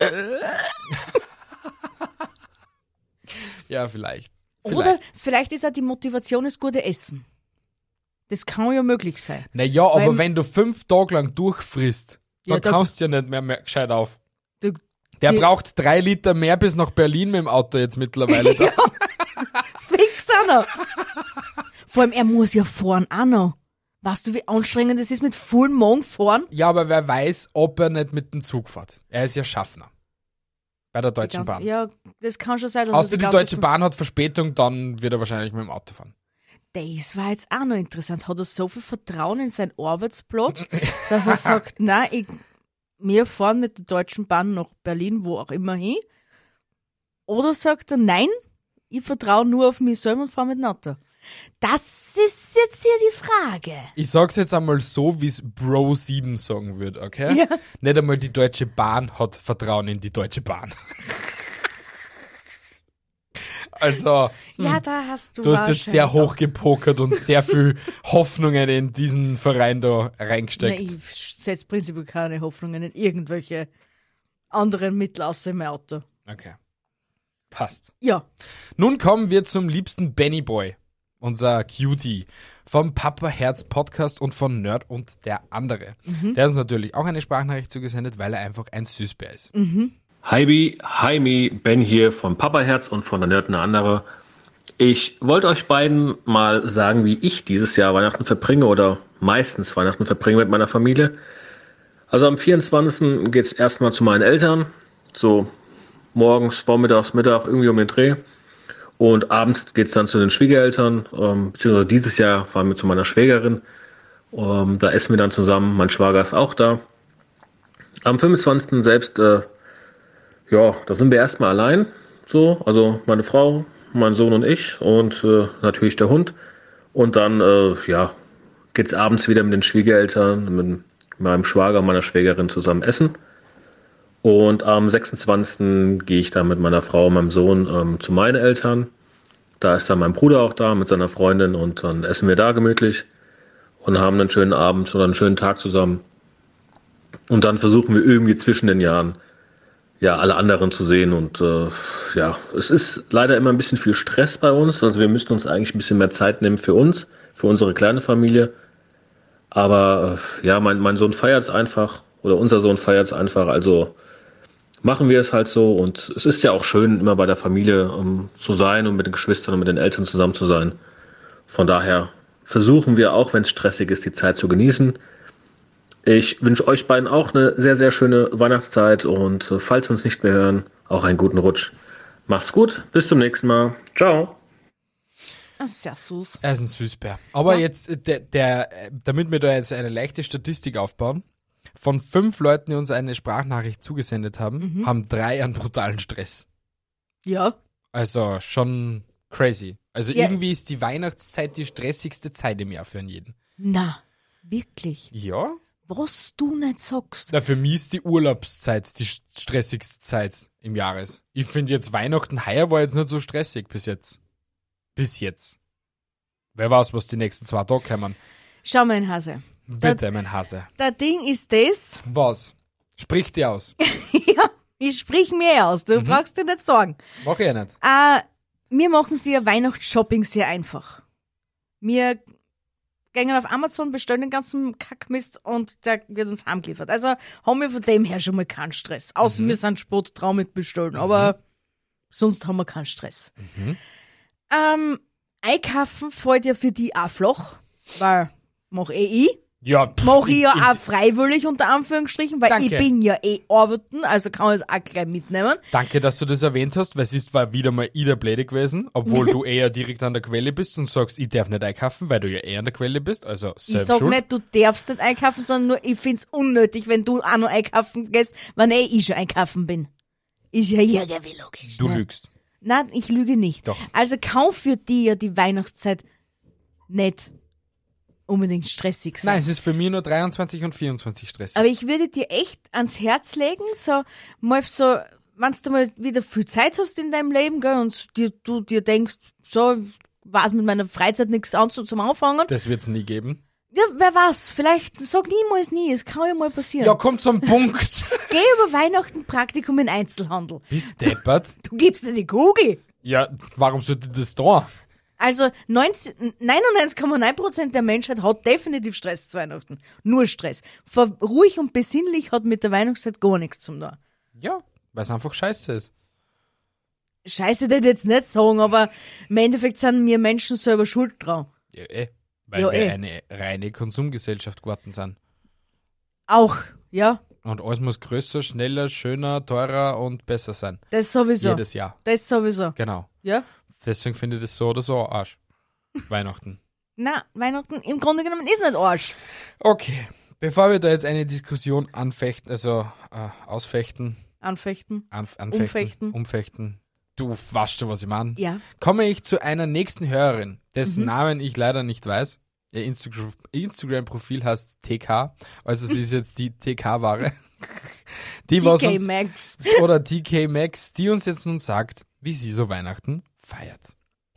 ja, vielleicht.
Oder
vielleicht.
vielleicht ist auch die Motivation das gute Essen. Das kann ja möglich sein.
Naja, aber
Weil-
wenn du fünf Tage lang durchfrisst, dann
Ja, da-
kannst du ja nicht mehr, mehr gescheit auf.
Du-
Der
die-
braucht drei Liter mehr bis nach Berlin mit dem Auto
[LAUGHS]
jetzt mittlerweile. Da.
Fix auch noch. Vor allem, er muss ja fahren auch noch. Weißt du, wie anstrengend es ist mit vollem Morgen fahren?
Ja, aber wer weiß, ob er nicht mit dem Zug fährt. Er ist ja Schaffner. Bei der Deutschen Bahn.
Ja, das kann schon sein. dass er
Außer die
ganze
Deutsche Bahn hat Verspätung, dann wird er wahrscheinlich mit dem Auto fahren.
Das war jetzt auch noch interessant. Hat er so viel Vertrauen in seinen Arbeitsplatz, dass er
[LAUGHS]
sagt, nein, ich, wir fahren mit der Deutschen Bahn nach Berlin, wo auch immer hin. Oder sagt er, nein, ich vertraue nur auf mich selber und fahre mit dem Auto. Das ist jetzt hier die Frage.
Ich sag's jetzt einmal so, wie's Bro 7 sagen würde, okay?
Ja.
Nicht einmal die Deutsche Bahn hat Vertrauen in die Deutsche Bahn. [LAUGHS] also,
Ja, da hast du
du hast jetzt sehr
wahrscheinlich-
hoch gepokert und
[LAUGHS]
sehr viel Hoffnungen in diesen Verein da
Nein,
reingesteckt.
ich setze prinzipiell keine Hoffnungen in irgendwelche anderen Mittel außer im Auto.
Okay. Passt.
Ja,
Nun kommen wir zum liebsten Benny Boy, unser Cutie vom Papa Herz Podcast und von Nerd und der andere.
Mhm.
Der hat uns natürlich auch eine Sprachnachricht zugesendet, weil er einfach ein Süßbär ist.
Mhm.
Hi, Heimi, Ben hier von Papa Herz und von der Nerd eine andere. Ich wollte euch beiden mal sagen, wie ich dieses Jahr Weihnachten verbringe oder meistens Weihnachten verbringe mit meiner Familie. Also am 24. geht's erstmal zu meinen Eltern, so morgens, vormittags, Mittag, irgendwie um den Dreh. Und abends geht's dann zu den Schwiegereltern, ähm, beziehungsweise dieses Jahr fahren wir zu meiner Schwägerin. Ähm, da essen wir dann zusammen, mein Schwager ist auch da. Am 25. selbst äh, ja, da sind wir erstmal allein. So, also meine Frau, mein Sohn und ich und äh, natürlich der Hund. Und dann, äh, ja, geht's abends wieder mit den Schwiegereltern, mit meinem Schwager und meiner Schwägerin zusammen essen. Und am 26. gehe ich dann mit meiner Frau und meinem Sohn ähm, zu meinen Eltern. Da ist dann mein Bruder auch da mit seiner Freundin und dann essen wir da gemütlich und haben einen schönen Abend oder einen schönen Tag zusammen. Und dann versuchen wir irgendwie zwischen den Jahren ja, alle anderen zu sehen. Und äh, ja, es ist leider immer ein bisschen viel Stress bei uns. Also wir müssten uns eigentlich ein bisschen mehr Zeit nehmen für uns, für unsere kleine Familie. Aber äh, ja, mein, mein Sohn feiert es einfach oder unser Sohn feiert es einfach. Also machen wir es halt so. Und es ist ja auch schön, immer bei der Familie ähm, zu sein und mit den Geschwistern und mit den Eltern zusammen zu sein. Von daher versuchen wir auch, wenn es stressig ist, die Zeit zu genießen. Ich wünsche euch beiden auch eine sehr, sehr schöne Weihnachtszeit und äh, falls wir uns nicht mehr hören, auch einen guten Rutsch. Macht's gut, bis zum nächsten Mal. Ciao.
das ist ja süß.
Er ist ein Süßbär. Aber
Ja.
jetzt, äh, der, der, äh, damit wir da jetzt eine leichte Statistik aufbauen, von fünf Leuten, die uns eine Sprachnachricht zugesendet haben,
Mhm.
haben drei einen brutalen Stress.
Ja,
Also schon crazy. Also
Ja.
irgendwie ist die Weihnachtszeit die stressigste Zeit im Jahr für einen jeden.
na, wirklich.
Ja?
Was du nicht sagst.
Na, für mich ist die Urlaubszeit die st- stressigste Zeit im Jahres. Ich finde jetzt Weihnachten heuer war jetzt nicht so stressig bis jetzt. Bis jetzt. Wer weiß, was die nächsten zwei Tage kommen.
Schau mal, in Hase.
Bitte, mein Hase.
Das Ding ist das,
Was? Sprich dir aus.
ich sprich mir aus, du brauchst dir nicht sagen.
Mach ich ja nicht.
Äh, wir machen sie ja Weihnachtsshopping sehr einfach. Wir gehen auf Amazon, bestellen den ganzen Kackmist und der wird uns heimgeliefert. Also haben wir von dem her schon mal keinen Stress. Außer
Mhm.
wir sind
Mhm.
Sporttraum mit bestellen, aber sonst haben wir keinen Stress. Ähm, Einkaufen fällt ja für die auch flach, weil mach eh ich.
Ja, pff,
Mach ich ja auch freiwillig unter Anführungsstrichen, weil ich
Danke.
bin ja eh arbeiten, also kann ich es auch gleich mitnehmen.
Danke, dass du das erwähnt hast, weil es ist war wieder mal ich der Blöde gewesen, obwohl du eher direkt an der Quelle bist und sagst, ich darf nicht einkaufen, weil du ja eher an der Quelle bist, also
Ich
selbst
sag
schuld.
nicht, du darfst nicht einkaufen, sondern nur, ich find's unnötig, wenn du auch noch einkaufen gehst, wenn eh ich schon einkaufen bin. Ist ja irgendwie logisch.
du lügst.
Nein, ich lüge nicht.
Doch.
Also kaum für die ja die Weihnachtszeit nicht unbedingt stressig sein.
Nein, es ist für mich nur 23 und 24 Stress.
Aber ich würde dir echt ans Herz legen, so mal so, wenn du mal wieder viel Zeit hast in deinem Leben, gell, und dir, du dir denkst, so, was mit meiner Freizeit nichts an so zum Anfangen.
Das wird's nie geben.
Ja, wer weiß, vielleicht sag niemals nie, es kann ja mal passieren.
Ja, komm zum Punkt.
[LAUGHS]
[LAUGHS]
Geh über Weihnachten Praktikum in Einzelhandel.
Bist deppert?
Du gibst dir die Kugel.
Ja, warum sollte das da?
Also 19 99,9% der Menschheit hat definitiv Stress zu Weihnachten. Nur Stress. Ver ruhig und besinnlich hat mit der Weihnachtszeit gar nichts zum tun.
Ja, weil es einfach scheiße ist.
Scheiße, das jetzt nicht sagen, aber im Endeffekt sind wir Menschen selber schuld dran.
Ja, eh. Weil
Ja,
wir
eh.
eine reine Konsumgesellschaft geworden sind.
Auch, ja,
Und alles muss größer, schneller, schöner, teurer und besser sein.
das sowieso.
Jedes Jahr.
Das sowieso.
Genau.
Ja?
Deswegen finde ich das so oder so Arsch. [LAUGHS] Weihnachten.
Na, Weihnachten im Grunde genommen ist nicht Arsch.
Okay. Bevor wir da jetzt eine Diskussion anfechten, also äh, ausfechten,
Anfechten.
anf anfechten,
Umfechten.
umfechten. Du weißt schon, was ich meine.
Ja.
Komme ich zu einer nächsten Hörerin, dessen
Mhm.
Namen ich leider nicht weiß. Ihr Instagram- Instagram-Profil heißt TK, also sie ist jetzt die TK-Ware. [LAUGHS] Die was
TK
uns-
Maxx.
Oder TK Max, die uns jetzt nun sagt, wie sie so Weihnachten feiert.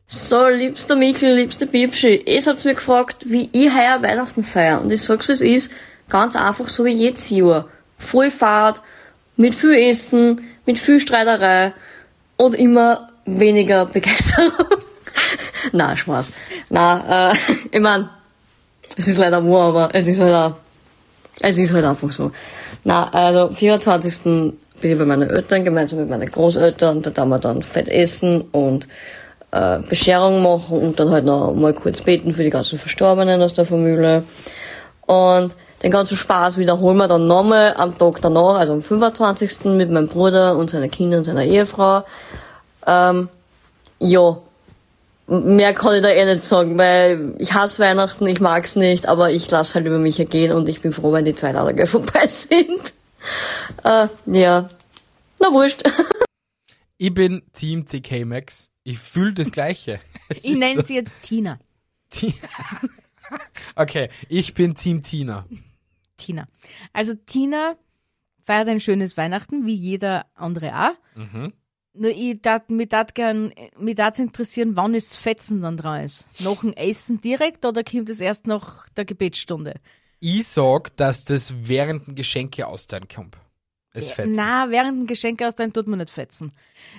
So, liebster Mikl, liebster Bibschi, ihr habt mich gefragt, wie ich heuer Weihnachten feier. Und ich sag's, wie es ist, ganz einfach so wie jedes Jahr. Voll Fahrt, mit viel Essen, mit viel Streiterei und immer weniger [LAUGHS] Begeisterung. Na, Spaß. Na, äh, [LAUGHS] ich mein, es ist leider wahr, aber es ist halt auch, es ist halt einfach so. Na, also, 24. bin ich bei meinen Eltern, gemeinsam mit meinen Großeltern, da tun wir dann fett essen und äh, Bescherung machen und dann halt noch mal kurz beten für die ganzen Verstorbenen aus der Familie. Und den ganzen Spaß wiederholen wir dann nochmal am Tag danach, also am 25. mit meinem Bruder und seiner Kinder und seiner Ehefrau. Ähm, ja, M- mehr kann ich da eh nicht sagen, weil ich hasse Weihnachten, ich mag's nicht, aber ich lasse halt über mich ergehen und ich bin froh, wenn die zwei Tage [LAUGHS] vorbei sind. äh, ja, na wurscht.
Ich bin Team TK Max. Ich fühle das
[LAUGHS]
Gleiche. Es
Ich
ist
nenne
so-
sie jetzt Tina.
Okay, ich bin Team Tina.
Tina. Also Tina feiert ein schönes Weihnachten, wie jeder andere auch.
Mhm.
Nur ich dat, mich dat gern, mich dat's interessieren, wann ist Fetzen dann dran ist. Nach dem Essen direkt oder kommt es erst nach der Gebetsstunde?
Ich sag, dass das während dem Geschenke austeilen kommt. Es fetzt.
Na, während dem Geschenk aus, dann tut man nicht fetzen.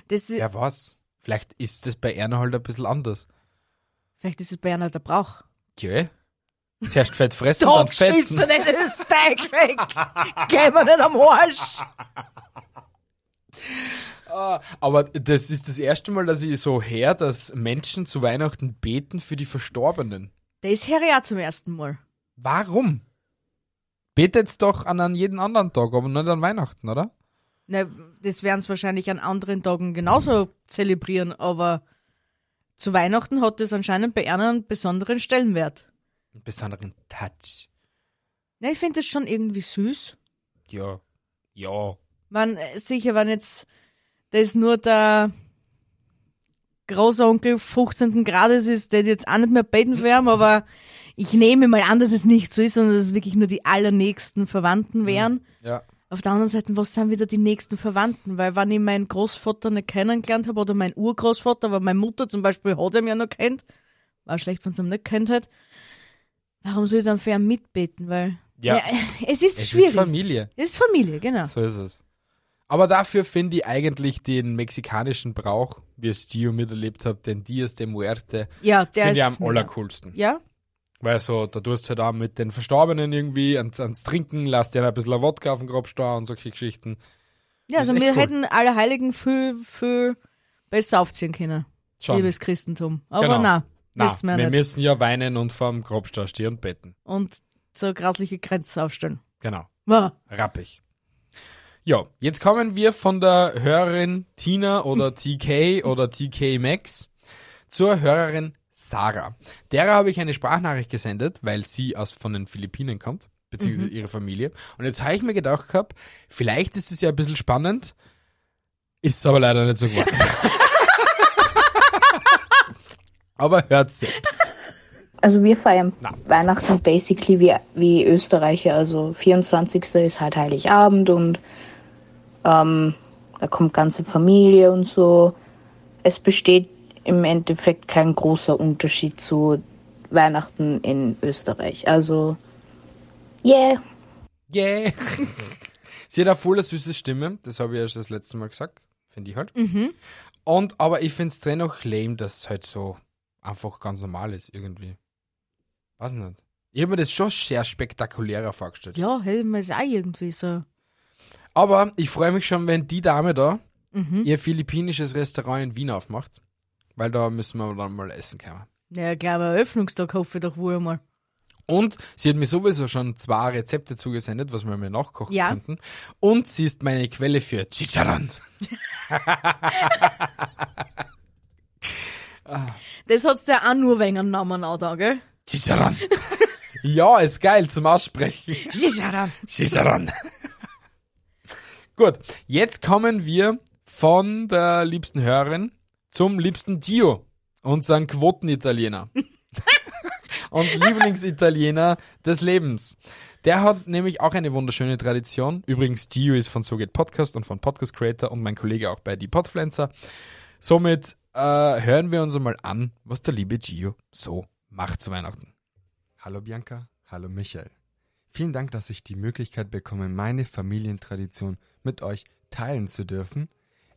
Das ist,
Ja, was? Vielleicht ist das bei Erna halt ein bisschen anders.
Vielleicht ist es bei einer der Brauch.
Gell? Zuerst fett fressen,
Doch, ne.
dann
schießt
fetzen.
du nicht den Steak weg! [LAUGHS] Geh mir nicht am Arsch!
[LAUGHS] Ah, Aber das ist das erste Mal, dass ich so her, dass Menschen zu Weihnachten beten für die Verstorbenen.
Das höre ich auch zum ersten Mal.
Warum? Betet's doch an, an jeden anderen Tag, aber nicht an Weihnachten, oder?
Na, das werden es wahrscheinlich an anderen Tagen genauso zelebrieren, aber zu Weihnachten hat das anscheinend bei einer einen besonderen Stellenwert.
Einen besonderen Touch.
Na, ich finde das schon irgendwie süß.
Ja. Ja.
Man, äh, sicher, wenn jetzt das nur der Großonkel 15. Grades ist, der jetzt auch nicht mehr beten werden, aber ich nehme mal an, dass es nicht so ist, sondern dass es wirklich nur die allernächsten Verwandten wären.
Ja.
Auf der anderen Seite, was sind wieder die nächsten Verwandten? Weil wenn ich meinen Großvater nicht kennengelernt habe oder meinen Urgroßvater, aber meine Mutter zum Beispiel hat ihn ja noch kennt, war schlecht, wenn sie ihn nicht kennt hat, warum soll ich dann für ihn mitbeten? Weil äh,
Ja.
es ist
Es
schwierig.
ist Familie.
Es ist Familie, genau.
So ist es. Aber dafür finde ich eigentlich den mexikanischen Brauch, wie es Gio miterlebt hat, den Dias de Muerte,
Ja, der
finde ich
ist
am
mega.
allercoolsten.
Ja,
Weil so, da tust du halt auch mit den Verstorbenen irgendwie ans, ans Trinken, lass dir ein bisschen ein Wodka auf den Kopf stehen und solche Geschichten.
ja
Das ist
also wir
echt cool.
hätten alle Heiligen viel, viel besser aufziehen können.
Schon.
Liebes Christentum. Aber
Genau.
na,
Na,
Wissen wir
wir
nicht.
müssen ja weinen und vorm Grabstein stehen und beten.
Und so grausliche Grenzen aufstellen.
Genau.
Wow.
Rappig. Ja, jetzt kommen wir von der Hörerin Tina oder TK oder TK Max zur Hörerin Sarah. Derer habe ich eine Sprachnachricht gesendet, weil sie aus von den Philippinen kommt, beziehungsweise
Mhm.
ihre Familie. Und jetzt habe ich mir gedacht gehabt, vielleicht ist es ja ein bisschen spannend, ist es aber leider nicht so geworden. aber hört selbst.
Also wir feiern Weihnachten basically wie, wie Österreicher. Also 24. ist halt Heiligabend und ähm, da kommt ganze Familie und so. Es besteht im Endeffekt kein großer Unterschied zu Weihnachten in Österreich. Also yeah.
Yeah. [LAUGHS] Sie hat eine voll süße Stimme, das habe ich ja schon das letzte Mal gesagt, finde ich halt.
Mhm.
Und aber ich finde es dennoch lame, dass es halt so einfach ganz normal ist irgendwie. Weiß nicht. Ich habe mir das schon sehr spektakulärer vorgestellt.
Ja, hätte man es auch irgendwie so.
Aber ich freue mich schon, wenn die Dame da
Mhm.
ihr philippinisches Restaurant in Wien aufmacht, weil da müssen wir dann mal essen können.
Naja, glaube Eröffnungstag hoffe ich doch wohl einmal.
Und sie hat mir sowieso schon zwei Rezepte zugesendet, was wir mal nachkochen
Ja.
könnten. Und sie ist meine Quelle für Chicharron. Ah.
Das hat's dir auch nur wegen einem Namen angetan, gell?
Chicharron. ja, ist geil zum Aussprechen.
Shisharan.
Chicharron. Gut, jetzt kommen wir von der liebsten Hörerin zum liebsten Gio, unseren Quotenitaliener und Lieblingsitaliener des Lebens. Der hat nämlich auch eine wunderschöne Tradition. Übrigens, Gio ist von So geht Podcast und von Podcast Creator und mein Kollege auch bei Die Podpflanzer. Somit äh, hören wir uns einmal an, was der liebe Gio so macht zu Weihnachten.
Hallo Bianca, hallo Michael. Vielen Dank, dass ich die Möglichkeit bekomme, meine Familientradition mit euch teilen zu dürfen.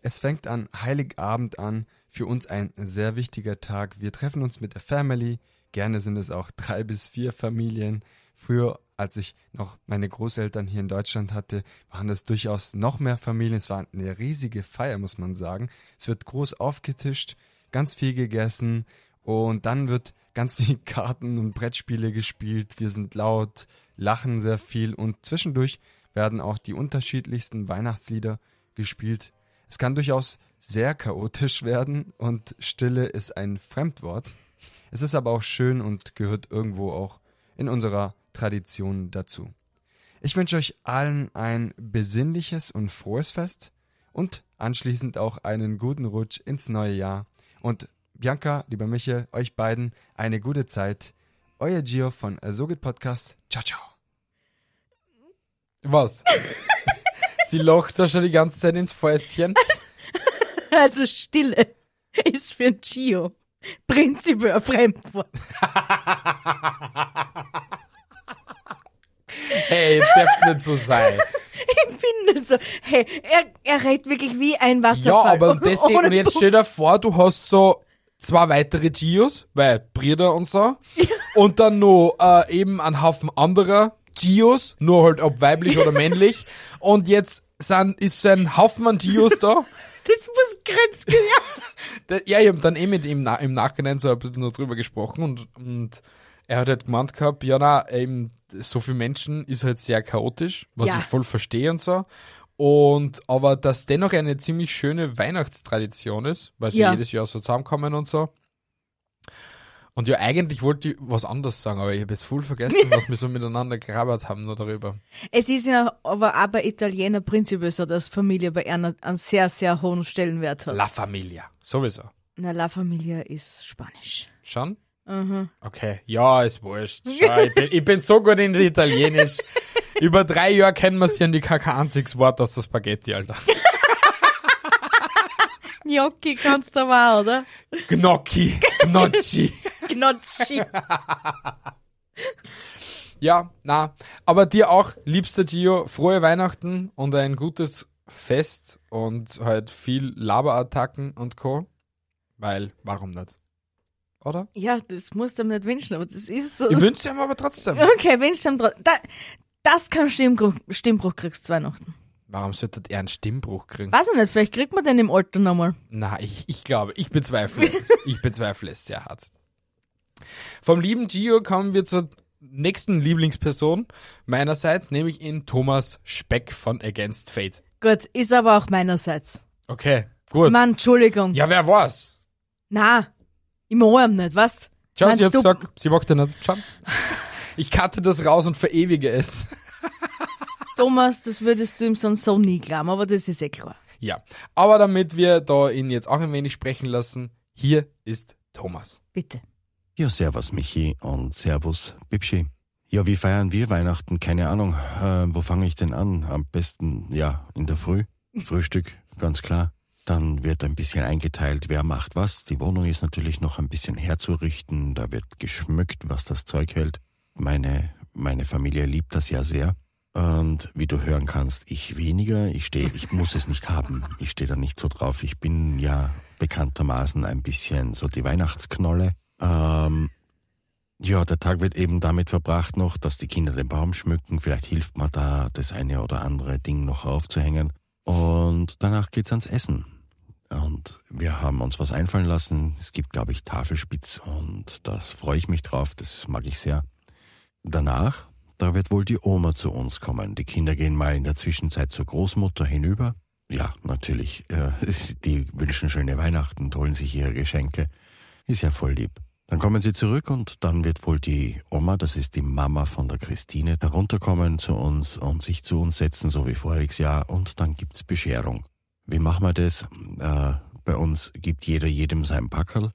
Es fängt an Heiligabend an, für uns ein sehr wichtiger Tag. Wir treffen uns mit der Family, gerne sind es auch drei bis vier Familien. Früher, als ich noch meine Großeltern hier in Deutschland hatte, waren das durchaus noch mehr Familien. Es war eine riesige Feier, muss man sagen. Es wird groß aufgetischt, ganz viel gegessen, und dann wird ganz viel [LAUGHS] Karten und Brettspiele gespielt. Wir sind laut, lachen sehr viel und zwischendurch werden auch die unterschiedlichsten Weihnachtslieder gespielt. Es kann durchaus sehr chaotisch werden und Stille ist ein Fremdwort. Es ist aber auch schön und gehört irgendwo auch in unserer Tradition dazu. Ich wünsche euch allen ein besinnliches und frohes Fest und anschließend auch einen guten Rutsch ins neue Jahr. Und Bianca, lieber Michael, euch beiden eine gute Zeit. Euer Gio von So geht Podcast. Ciao, ciao.
Was? Sie lacht da schon die ganze Zeit ins Fäustchen.
Also Stille ist für ein Gio prinzipiell ein Fremdwort.
Hey, jetzt darf's nicht
[LAUGHS]
so sein.
Ich bin nicht so. Hey, er, er redet wirklich wie ein
Ja,
Wasserfall.
aber
Oh-
deswegen,
ohne
und jetzt
Punkt.
stell dir vor, du hast so zwei weitere Gios, weil Brüder und so, und dann noch äh, eben einen Haufen anderer Gios, nur halt ob
[LAUGHS]
weiblich oder männlich, und jetzt sind, ist so ein Haufen an Gios da.
[LAUGHS] Das muss grenzgenial
Da- Ja, ich hab dann eh mit ihm na im Nachhinein so ein bisschen nur drüber gesprochen und, und er hat halt gemeint gehabt, ja, na, eben, so viel Menschen ist halt sehr chaotisch, was
Ja.
ich voll verstehe und so. Und, aber dass dennoch eine ziemlich schöne Weihnachtstradition ist, weil sie
Ja.
jedes Jahr so zusammenkommen und so. Und ja, eigentlich wollte ich was anderes sagen, aber ich habe jetzt
[LAUGHS]
voll vergessen, was wir so miteinander gerabert haben, nur darüber.
Es ist ja aber auch bei Italiener prinzipiell so, dass Familie bei einer einen sehr, sehr hohen Stellenwert hat.
La Familia, sowieso.
Na, La Familia ist Spanisch.
Schon?
Mhm.
Okay, ja,
[LAUGHS]
ist wurscht. Schau, ich, bin, ich bin so gut in Italienisch. Über drei Jahre kennen wir sie und ich kann kein einziges Wort aus der
[LAUGHS]
Spaghetti, Alter.
Gnocchi kannst du aber, auch, oder?
Gnocchi, Gnocchi.
Gnocchi.
Ja, na. Aber dir auch, liebster Gio, frohe Weihnachten und ein gutes Fest und halt viel Laberattacken und Co. Weil, warum nicht? Oder?
Ja, das musst du ihm nicht wünschen, aber das ist so.
Ich wünsche ihm aber trotzdem.
Okay, wünsch ihm trotzdem. Da, das kann Stimmbruch, Stimmbruch kriegst du zu Weihnachten.
Warum sollte er einen Stimmbruch kriegen?
Weiß ich nicht, vielleicht kriegt man den im Alter nochmal.
Na, ich, ich glaube, ich bezweifle es. Ich bezweifle es sehr hart. Vom lieben Gio kommen wir zur nächsten Lieblingsperson meinerseits, nämlich in Thomas Speck von Against Fate.
Gut, ist aber auch meinerseits.
Okay, gut.
Mann, Entschuldigung.
Ja, wer war's?
Na, im Ohr nicht, weißt
Ciao,
Mann,
sie hat
du?
gesagt, sie mag den nicht. Ciao. Ich cutte das raus und verewige es.
Thomas, das würdest du ihm sonst so nie glauben, aber das ist eh klar.
Ja, aber damit wir da ihn jetzt auch ein wenig sprechen lassen, hier ist Thomas.
Bitte.
Ja, servus Michi und servus Bibschi. Ja, wie feiern wir Weihnachten? Keine Ahnung. Äh, wo fange ich denn an? Am besten, ja, in der Früh. Frühstück, ganz klar. Dann wird ein bisschen eingeteilt, wer macht was. Die Wohnung ist natürlich noch ein bisschen herzurichten. Da wird geschmückt, was das Zeug hält. Meine, meine Familie liebt das ja sehr. Und wie du hören kannst, ich weniger. Ich stehe, ich muss es nicht haben. Ich stehe da nicht so drauf. Ich bin ja bekanntermaßen ein bisschen so die Weihnachtsknolle. Ähm, ja, der Tag wird eben damit verbracht noch, dass die Kinder den Baum schmücken. Vielleicht hilft man da, das eine oder andere Ding noch aufzuhängen. Und danach geht's ans Essen. Und wir haben uns was einfallen lassen. Es gibt, glaube ich, Tafelspitz und das freue ich mich drauf. Das mag ich sehr. Danach, da wird wohl die Oma zu uns kommen. Die Kinder gehen mal in der Zwischenzeit zur Großmutter hinüber. Ja, natürlich. Äh, [LAUGHS] die wünschen schöne Weihnachten, holen sich ihre Geschenke. Ist ja voll lieb. Dann kommen sie zurück und dann wird wohl die Oma, das ist die Mama von der Christine, herunterkommen zu uns und sich zu uns setzen, so wie voriges Jahr. Und dann gibt's Bescherung. Wie machen wir das? Äh, bei uns gibt jeder jedem sein Packerl.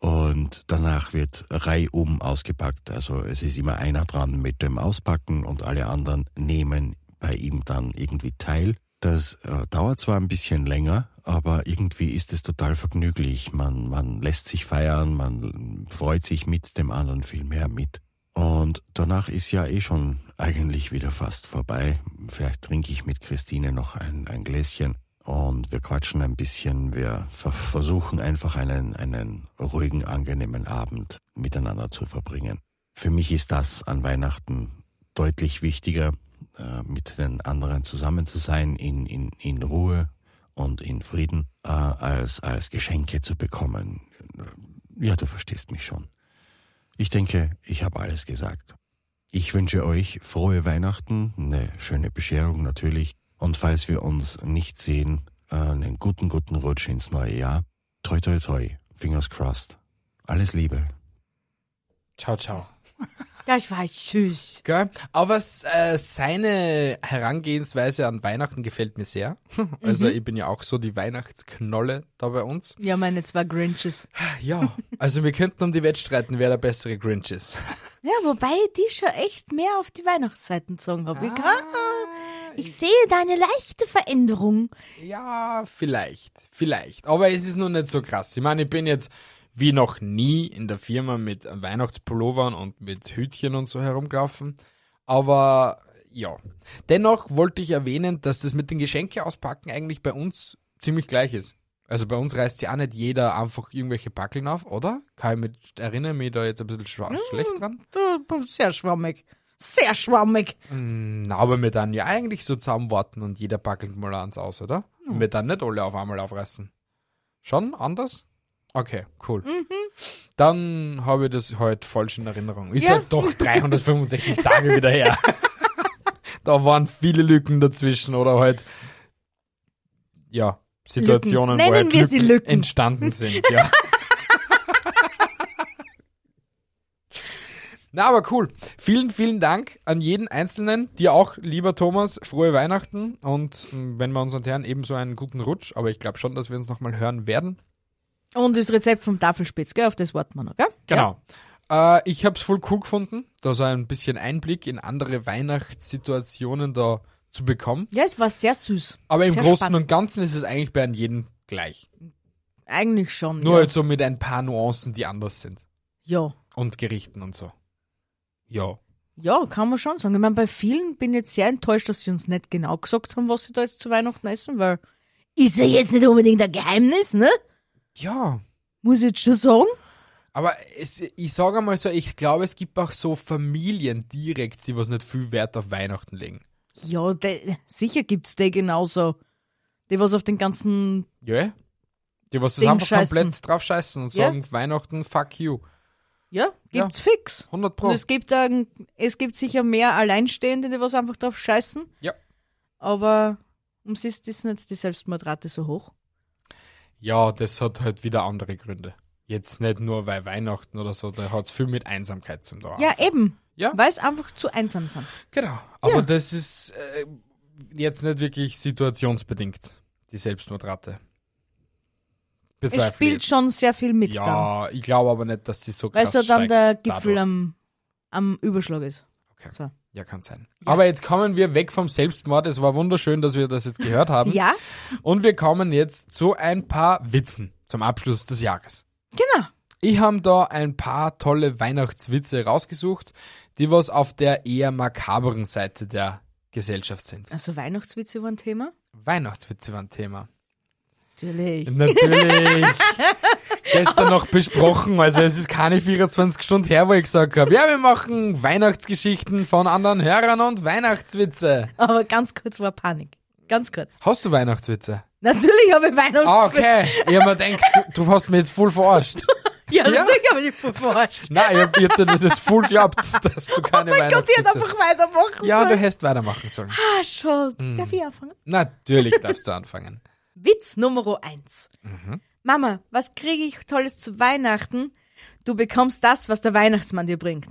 Und danach wird reihum ausgepackt. Also es ist immer einer dran mit dem Auspacken und alle anderen nehmen bei ihm dann irgendwie teil. Das äh, dauert zwar ein bisschen länger, aber irgendwie ist es total vergnüglich. Man, man lässt sich feiern, man freut sich mit dem anderen viel mehr mit. Und danach ist ja eh schon eigentlich wieder fast vorbei. Vielleicht trinke ich mit Christine noch ein, ein Gläschen und wir quatschen ein bisschen. Wir ver versuchen einfach einen, einen ruhigen, angenehmen Abend miteinander zu verbringen. Für mich ist das an Weihnachten deutlich wichtiger, äh, mit den anderen zusammen zu sein, in, in, in Ruhe und in Frieden, äh, als, als Geschenke zu bekommen. Ja, du verstehst mich schon. Ich denke, ich habe alles gesagt. Ich wünsche euch frohe Weihnachten, eine schöne Bescherung natürlich und falls wir uns nicht sehen, äh, einen guten, guten Rutsch ins neue Jahr. Toi, toi, toi. Fingers crossed. Alles Liebe.
Ciao, ciao.
Das war süß.
Gell? Aber s- äh, seine Herangehensweise an Weihnachten gefällt mir sehr. [LAUGHS] Also
Mhm.
ich bin ja auch so die Weihnachtsknolle da bei uns.
Ja, meine zwei Grinches.
Ja, also wir könnten um die Wett streiten, wer der bessere Grinch ist.
Ja, wobei ich die schon echt mehr auf die Weihnachtsseiten gezogen habe.
Ah.
Ich, kann- ich sehe da eine leichte Veränderung.
Ja, Vielleicht, vielleicht. Aber es ist noch nicht so krass. Ich meine, ich bin jetzt wie noch nie in der Firma mit Weihnachtspullovern und mit Hütchen und so herumgelaufen. Aber ja. Dennoch wollte ich erwähnen, dass das mit den Geschenke auspacken eigentlich bei uns ziemlich gleich ist. Also bei uns reißt ja auch nicht jeder einfach irgendwelche Packeln auf, oder? Kann ich mich, erinnere mich da jetzt ein bisschen schwa- schlecht dran.
Du bist sehr schwammig. Sehr schwammig.
Na, aber wir dann ja eigentlich so zusammenwarten und jeder packelt mal eins aus, oder? Und wir dann nicht alle auf einmal aufreißen. Schon anders? Okay, cool. Dann habe ich das heute falsch in Erinnerung. Ist
Ja.
halt doch 365 Tage wieder her. da waren viele Lücken dazwischen oder halt, ja, Situationen,
Lücken.
wo
Nennen
halt
wir sie Lücken.
entstanden sind,
[LAUGHS]
ja. Na, aber cool. Vielen, vielen Dank an jeden Einzelnen. Dir auch, lieber Thomas, frohe Weihnachten und mh, wenn wir uns entfernen, ebenso einen guten Rutsch. Aber ich glaube schon, dass wir uns nochmal hören werden.
Und das Rezept vom Tafelspitz, gell? Auf das warten wir noch, gell?
Genau. Äh, ich habe es voll cool gefunden, da so ein bisschen Einblick in andere Weihnachtssituationen da zu bekommen.
Ja, es war sehr süß.
Aber im
sehr
Großen
spannend.
und Ganzen ist es eigentlich bei jedem gleich.
Eigentlich schon.
Nur
ja.
halt so mit ein paar Nuancen, die anders sind.
Ja.
Und Gerichten und so. Ja.
Ja, kann man schon sagen. Ich meine, bei vielen bin ich jetzt sehr enttäuscht, dass sie uns nicht genau gesagt haben, was sie da jetzt zu Weihnachten essen, weil ist ja jetzt nicht unbedingt ein Geheimnis, ne?
Ja.
Muss ich jetzt schon sagen?
Aber es, ich sage einmal so, ich glaube, es gibt auch so Familien direkt, die was nicht viel Wert auf Weihnachten legen.
Ja, de, sicher gibt's die genauso. Die, was auf den ganzen.
Ja? Die was das
Ding
einfach
scheißen.
komplett drauf scheißen und
Ja.
sagen, Weihnachten, fuck you.
Ja, gibt's fix.
100 Pro.
Und es gibt, ein, es gibt sicher mehr Alleinstehende, die was einfach drauf scheißen.
Ja.
Aber ums ist das nicht die Selbstmordrate so hoch.
Ja, das hat halt wieder andere Gründe. Jetzt nicht nur weil Weihnachten oder so, da hat es viel mit Einsamkeit zum tun.
Ja, eben.
Ja.
Weil es einfach zu einsam sind.
Genau. Aber das ist äh, jetzt nicht wirklich situationsbedingt, die Selbstmordrate.
Es spielt schon sehr viel mit da.
Ja, ich glaube aber nicht, dass sie so
Weil
krass
so dann
steigt
der Gipfel
dadurch.
am, am Überschlag ist.
Okay.
So.
Ja, kann sein. Aber jetzt kommen wir weg vom Selbstmord. Es war wunderschön, dass wir das jetzt gehört haben.
[LAUGHS] Ja.
Und wir kommen jetzt zu ein paar Witzen zum Abschluss des Jahres.
Genau.
Ich habe da ein paar tolle Weihnachtswitze rausgesucht, die was auf der eher makaberen Seite der Gesellschaft sind.
Also Weihnachtswitze waren Thema?
Weihnachtswitze waren Thema.
Natürlich.
Natürlich. [LAUGHS] Gestern noch besprochen, also es ist keine 24 Stunden her, wo ich gesagt habe, ja, wir machen Weihnachtsgeschichten von anderen Hörern und Weihnachtswitze.
[LAUGHS] Aber ganz kurz war Panik. Ganz kurz.
Hast du Weihnachtswitze?
Natürlich habe ich Weihnachtswitze.
Ah, okay. Ich habe mir gedacht, du, du hast mich jetzt voll verarscht.
[LAUGHS] Ja, natürlich habe ich die voll verarscht.
Nein, ich habe hab dir das jetzt
[LAUGHS]
voll geglaubt, dass du keine
Oh mein Gott, die hat
Weihnachtswitze...
einfach weitermachen
ja, du
sollen.
hättest weitermachen sollen.
Ah, schon.
Hm.
Darf ich anfangen?
Natürlich darfst du anfangen.
Witz Nummer eins. Mama, was kriege ich Tolles zu Weihnachten? Du bekommst das, was der Weihnachtsmann dir bringt.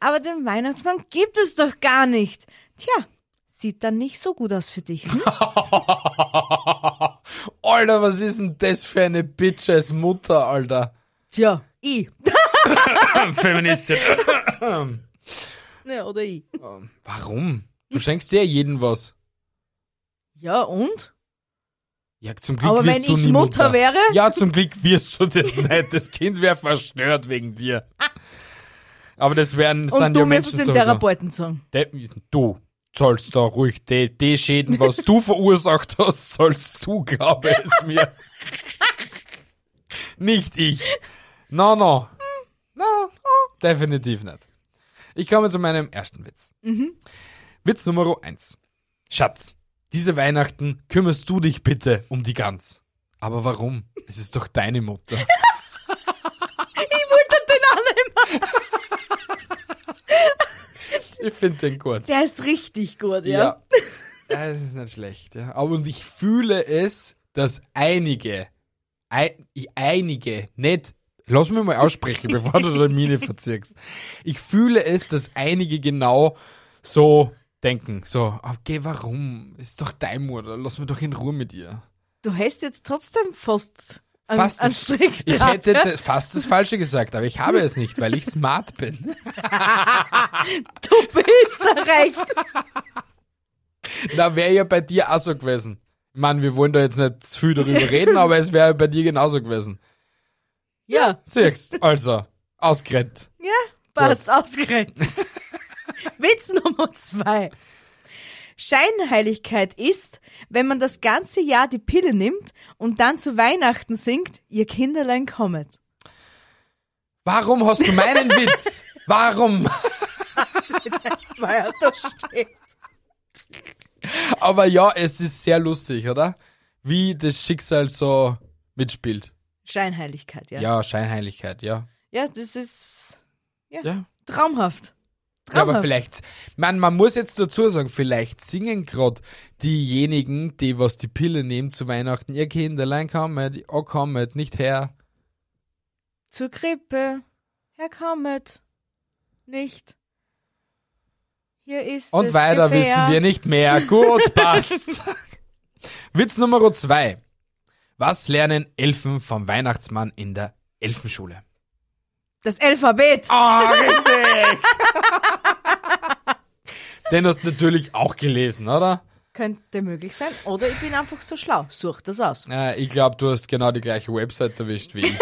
Aber den Weihnachtsmann gibt es doch gar nicht. Tja, sieht dann nicht so gut aus für dich.
[LAUGHS]
Hm?
Alter, was ist denn das für eine Bitch als Mutter, Alter?
Tja, ich.
Feministin.
ja, oder ich.
Ähm. Warum? Du schenkst ja jedem was.
Ja, und?
Ja, zum Glück
Aber
wirst
wenn
du
ich
nie
Mutter wäre?
Ja, zum Glück wirst du das nicht. Das Kind wäre verstört wegen dir. Aber das wären,
Und
sind
du
ja
müsstest
Menschen
den
sowieso.
Therapeuten sagen.
De, du sollst da ruhig die, die Schäden, was du verursacht hast, sollst du, glaube es mir. nicht ich. No, no.
No.
Definitiv nicht. Ich komme zu meinem ersten Witz.
Mhm.
Witz Nummer 1. Schatz, diese Weihnachten kümmerst du dich bitte um die Gans. Aber warum? Es ist doch deine Mutter.
[LAUGHS] Ich wollte den annehmen.
[LAUGHS] Ich finde den gut.
Der ist richtig gut, ja.
Ja. Ja, es ist nicht schlecht. Ja. Aber und ich fühle es, dass einige, ein, ich- einige, nicht, lass mich mal aussprechen, bevor du deine Miene verziehst. Ich fühle es, dass einige genau so denken. So, okay, warum? Ist doch dein Mutter, lass mich doch in Ruhe mit ihr.
Du hast jetzt trotzdem fast einen,
Fast
einen
das-
Strick
ich
dran,
hätte
ja?
das- fast das Falsche gesagt, aber ich habe es nicht, weil ich smart bin.
[LAUGHS]
[LAUGHS]
Du bist erreicht.
[LAUGHS] Da wäre ja bei dir auch so gewesen. Ich meine, wir wollen da jetzt nicht zu viel darüber reden, aber es wäre bei dir genauso gewesen.
Ja.
Siehst, also, ausgerennt.
Ja, passt, ausgereicht. [LAUGHS] Witz Nummer zwei. Scheinheiligkeit ist, wenn man das ganze Jahr die Pille nimmt und dann zu Weihnachten singt, ihr Kinderlein kommet. [LAUGHS]
Warum hast du meinen Witz? Warum? [LAUGHS]
Weil er da steht.
Aber ja, es ist sehr lustig, oder? Wie das Schicksal so mitspielt.
Scheinheiligkeit, ja.
Ja, Scheinheiligkeit, ja.
Ja, das ist ja,
Ja.
traumhaft.
Ja, aber
Traumhaft.
vielleicht, man, man muss jetzt dazu sagen, vielleicht singen gerade diejenigen, die was die Pille nehmen zu Weihnachten, ihr Kinderlein kommet, oh kommet, nicht her.
Zur Krippe, Herr kommet, nicht. Hier ist
Und
es
weiter
Gefähr.
wissen wir nicht
[LAUGHS]
mehr. Gut, passt. Witz Nummer zwei. Was lernen Elfen vom Weihnachtsmann in der Elfenschule?
Das Alphabet.
Ah, richtig. Den hast du natürlich auch gelesen, oder?
Könnte möglich sein. Oder ich bin einfach so schlau. Such das aus. [LAUGHS]
Äh, ich glaube, du hast genau die gleiche Website erwischt wie ich.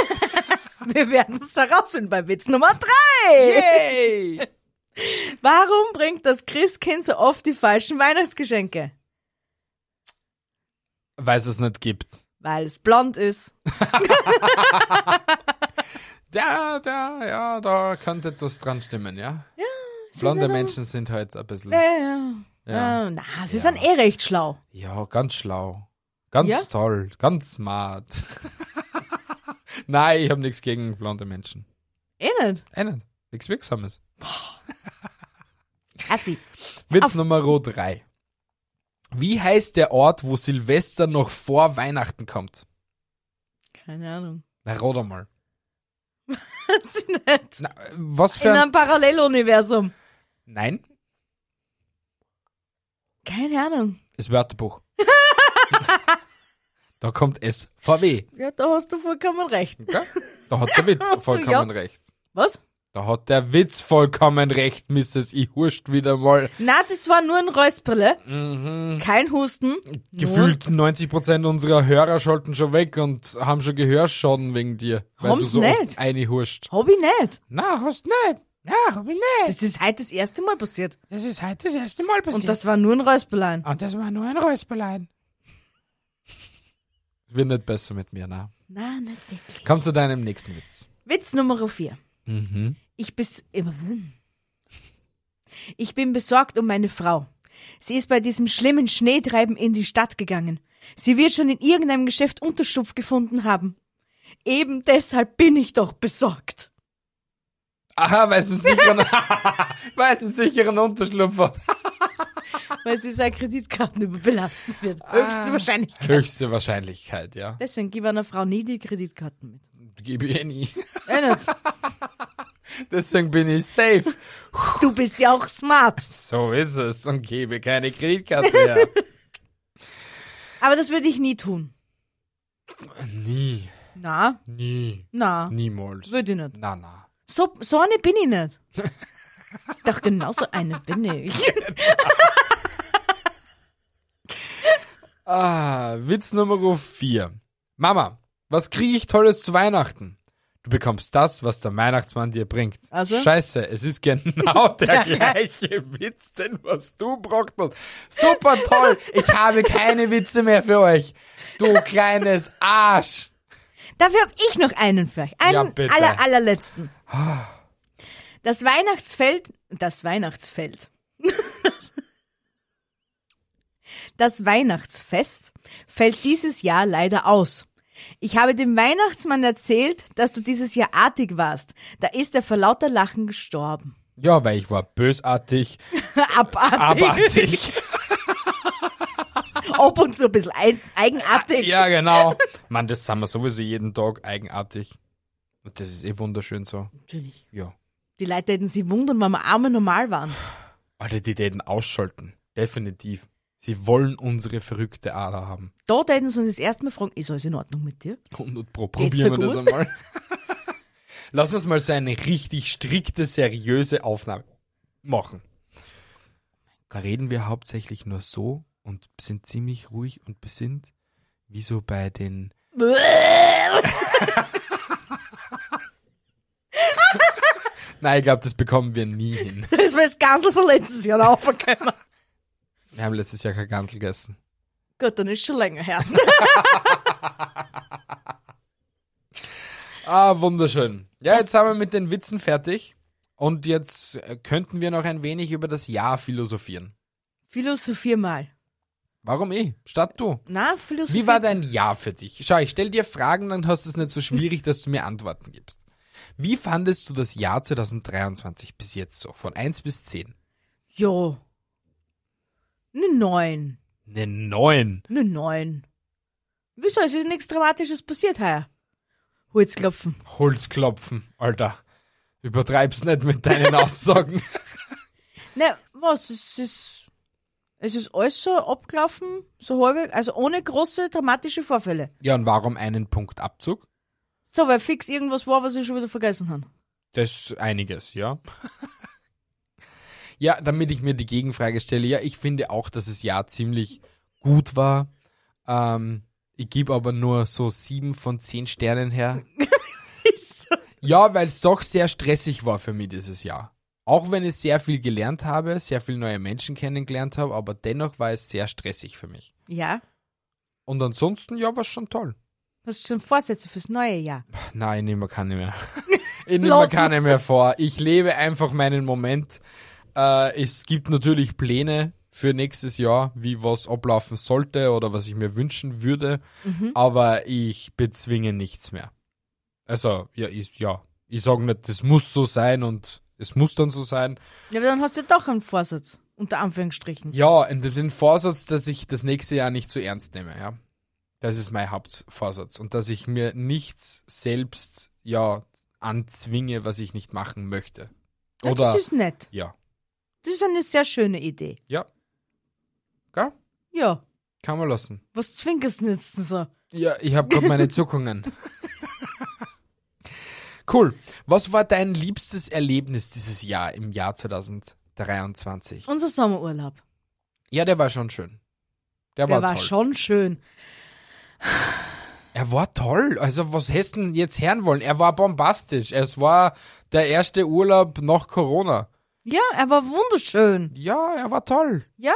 Wir werden es herausfinden bei Witz Nummer drei.
Yay!
[LAUGHS] Warum bringt das Christkind so oft die falschen Weihnachtsgeschenke?
Weil es es nicht gibt.
Weil es blond
[LAUGHS]
ist. [LAUGHS]
Da, da, ja, da könnte etwas dran stimmen, ja? Ja.
es
Blonde
ist nicht Äh.
Menschen sind halt ein bisschen.
Ja, ja.
Ja.
Ah, na, sie sind eh recht schlau.
Ja, ganz schlau. Ganz
Ja?
[LAUGHS] toll. Ganz smart. Nein, ich habe nichts gegen blonde Menschen.
Eh nicht.
Eh nicht. Nichts Wirksames.
Assi.
Witz Nummer 3. Wie heißt der Ort, wo Silvester noch vor Weihnachten kommt?
Keine [LAUGHS] Ahnung.
Na, rat einmal.
Weiß ich nicht.
Na, was für
halt In
ein...
einem Paralleluniversum.
Nein,
Keine Ahnung.
das
[LAUGHS]
Wörterbuch. da kommt es VW.
Ja, da hast du vollkommen recht.
Da hat der Witz
[LAUGHS]
vollkommen
Ja.
recht.
Was?
Da hat der Witz vollkommen recht, Mrs. Ich hurscht wieder mal.
Na, das war nur ein Räusperle.
Mhm.
Kein Husten.
Gefühlt 90% unserer Hörer schalten schon weg und haben schon Gehörschaden wegen dir. Weil
Haben's
du so
nicht.
oft eine hurscht.
Hab ich nicht.
Na, hast nicht. Na, hab ich nicht.
Das ist heute das erste Mal passiert.
Das ist heute das erste Mal passiert.
Und das war nur ein Räusperlein.
Und das war nur ein Räusperlein. Wird nicht besser mit mir, na.
Na, nicht wirklich.
Komm zu deinem nächsten Witz.
Witz Nummer 4.
Mhm.
Ich, bis hm. ich bin besorgt um meine Frau. Sie ist bei diesem schlimmen Schneetreiben in die Stadt gegangen. Sie wird schon in irgendeinem Geschäft Unterschlupf gefunden haben. Eben deshalb bin ich doch besorgt.
Aha, weil [LAUGHS] sie einen sicheren, weil sie einen sicheren Unterschlupf hat.
[LAUGHS] Weil sie seine Kreditkarten überbelastet wird.
Ah.
Höchstwahrscheinlich.
Höchste Wahrscheinlichkeit, ja.
Deswegen gib einer Frau nie die Kreditkarten mit.
Gebe ich
[LAUGHS]
eh nie.
Eh
[LAUGHS]
nicht.
Deswegen bin ich safe.
Du bist ja auch smart.
So ist es und gebe keine Kreditkarte her.
[LAUGHS] Aber das würde ich nie tun.
Nie,
Na,
nie,
na.
niemals.
Würde ich nicht.
Na, na.
So, so eine bin ich nicht. Doch genau so eine bin
[LAUGHS]
ich.
Ah, Witz Nummer 4. Mama, was kriege ich Tolles zu Weihnachten? Du bekommst das, was der Weihnachtsmann dir bringt.
Also?
Scheiße, es ist
[LAUGHS]
genau der
Der
gleiche Witz, denn was du braucht hast. Super toll, ich habe keine Witze mehr für euch. Du kleines Arsch.
Dafür habe ich noch einen für euch.
Ja,
Einen
bitte. Ah.
aller, allerletzten. Das Weihnachtsfeld, das Weihnachtsfeld. [LAUGHS] Das Weihnachtsfest fällt dieses Jahr leider aus. Ich habe dem Weihnachtsmann erzählt, dass du dieses Jahr artig warst. Da ist er vor lauter Lachen gestorben.
Ja, weil ich war bösartig,
Abartig.
abartig.
[LAUGHS] Ab und zu ein bisschen ein, eigenartig.
Ja, genau. Mann, das sind wir sowieso jeden Tag eigenartig. Und das ist eh wunderschön so.
Natürlich.
Ja.
Die Leute hätten sich wundern, wenn wir arme normal waren.
Alter, die täten ausschalten. Definitiv. Sie wollen unsere verrückte Ader haben.
Da hätten sie uns das erste Mal fragen, ist alles in Ordnung mit
[LAUGHS]
dir?
100 Pro.
Geht's dir
Probieren wir das
gut?
einmal. [LAUGHS] Lass uns mal so eine richtig strikte, seriöse Aufnahme machen. Da reden wir hauptsächlich nur so und sind ziemlich ruhig und besinnt, wie so bei den Nein, ich glaube, das bekommen wir
[LAUGHS]
nie hin.
das ist mir das Gansel von letztes Jahr noch aufgekommen.
Wir haben letztes Jahr kein Gansel gegessen.
[LAUGHS] Gut, dann ist schon länger [LAUGHS] her.
Ah, wunderschön. Ja, jetzt haben wir mit den Witzen fertig. Und jetzt äh, könnten wir noch ein wenig über das Jahr philosophieren.
Philosophier mal.
Warum eh? Statt du.
Na, Philosophie.
Wie war dein Jahr für dich? Schau, ich stell dir Fragen, dann hast du es nicht so schwierig, dass du mir Antworten gibst. Wie fandest du das Jahr 2023 bis jetzt so? Von 1 bis 10?
Jo. Ne Neun.
Eine 9.
Ne Neun. Wieso? Es ist nichts Dramatisches passiert heuer. Holzklopfen.
Holzklopfen, Alter. Übertreib's nicht mit
[LAUGHS]
deinen Aussagen.
Ne, was? Es ist. Es ist alles so abgelaufen, so halbwegs, also ohne große dramatische Vorfälle.
ja, und warum einen Punkt Abzug?
So, weil fix irgendwas war, was ich schon wieder vergessen habe.
Das einiges, ja. [LAUGHS] ja, damit ich mir die Gegenfrage stelle. Ja, ich finde auch, dass das Jahr ziemlich gut war. Ähm, ich gebe aber nur so sieben von zehn Sternen her. Ja, weil es doch sehr stressig war für mich dieses Jahr. Auch wenn ich sehr viel gelernt habe, sehr viele neue Menschen kennengelernt habe, aber dennoch war es sehr stressig für mich.
Ja?
Und ansonsten, ja, war es schon toll.
Hast du schon Vorsätze fürs neue Jahr?
Nein, ich nehme mir
[LAUGHS]
keine mehr. Ich nehme mir
Lass
keine
uns.
mehr vor. Ich lebe einfach meinen Moment. Äh, es gibt natürlich Pläne für nächstes Jahr, wie was ablaufen sollte oder was ich mir wünschen würde,
Mhm.
aber ich bezwinge nichts mehr. Also, ja, ist, ja, Ich sage nicht, das muss so sein und es muss dann so sein.
Ja, aber dann hast du ja doch einen Vorsatz, unter Anführungsstrichen.
Ja, und den Vorsatz, dass ich das nächste Jahr nicht zu ernst nehme, ja. Das ist mein Hauptvorsatz. Und dass ich mir nichts selbst, ja, anzwinge, was ich nicht machen möchte.
Ja,
Oder,
das ist nett.
Ja.
Das ist eine sehr schöne Idee.
Ja. Gell?
Ja.
Kann man lassen.
Was zwinkerst du jetzt denn so?
Ja, ich habe
[LAUGHS]
gerade meine Zuckungen. cool. Was war dein liebstes Erlebnis dieses Jahr im Jahr 2023?
Unser Sommerurlaub.
Ja, der war schon schön. Der,
Der
war,
war
toll.
schon schön.
Er war toll. Also, was hättest du denn jetzt hören wollen? Er war bombastisch. Es war der erste Urlaub nach Corona.
Ja, er war wunderschön.
Ja, er war toll.
Ja?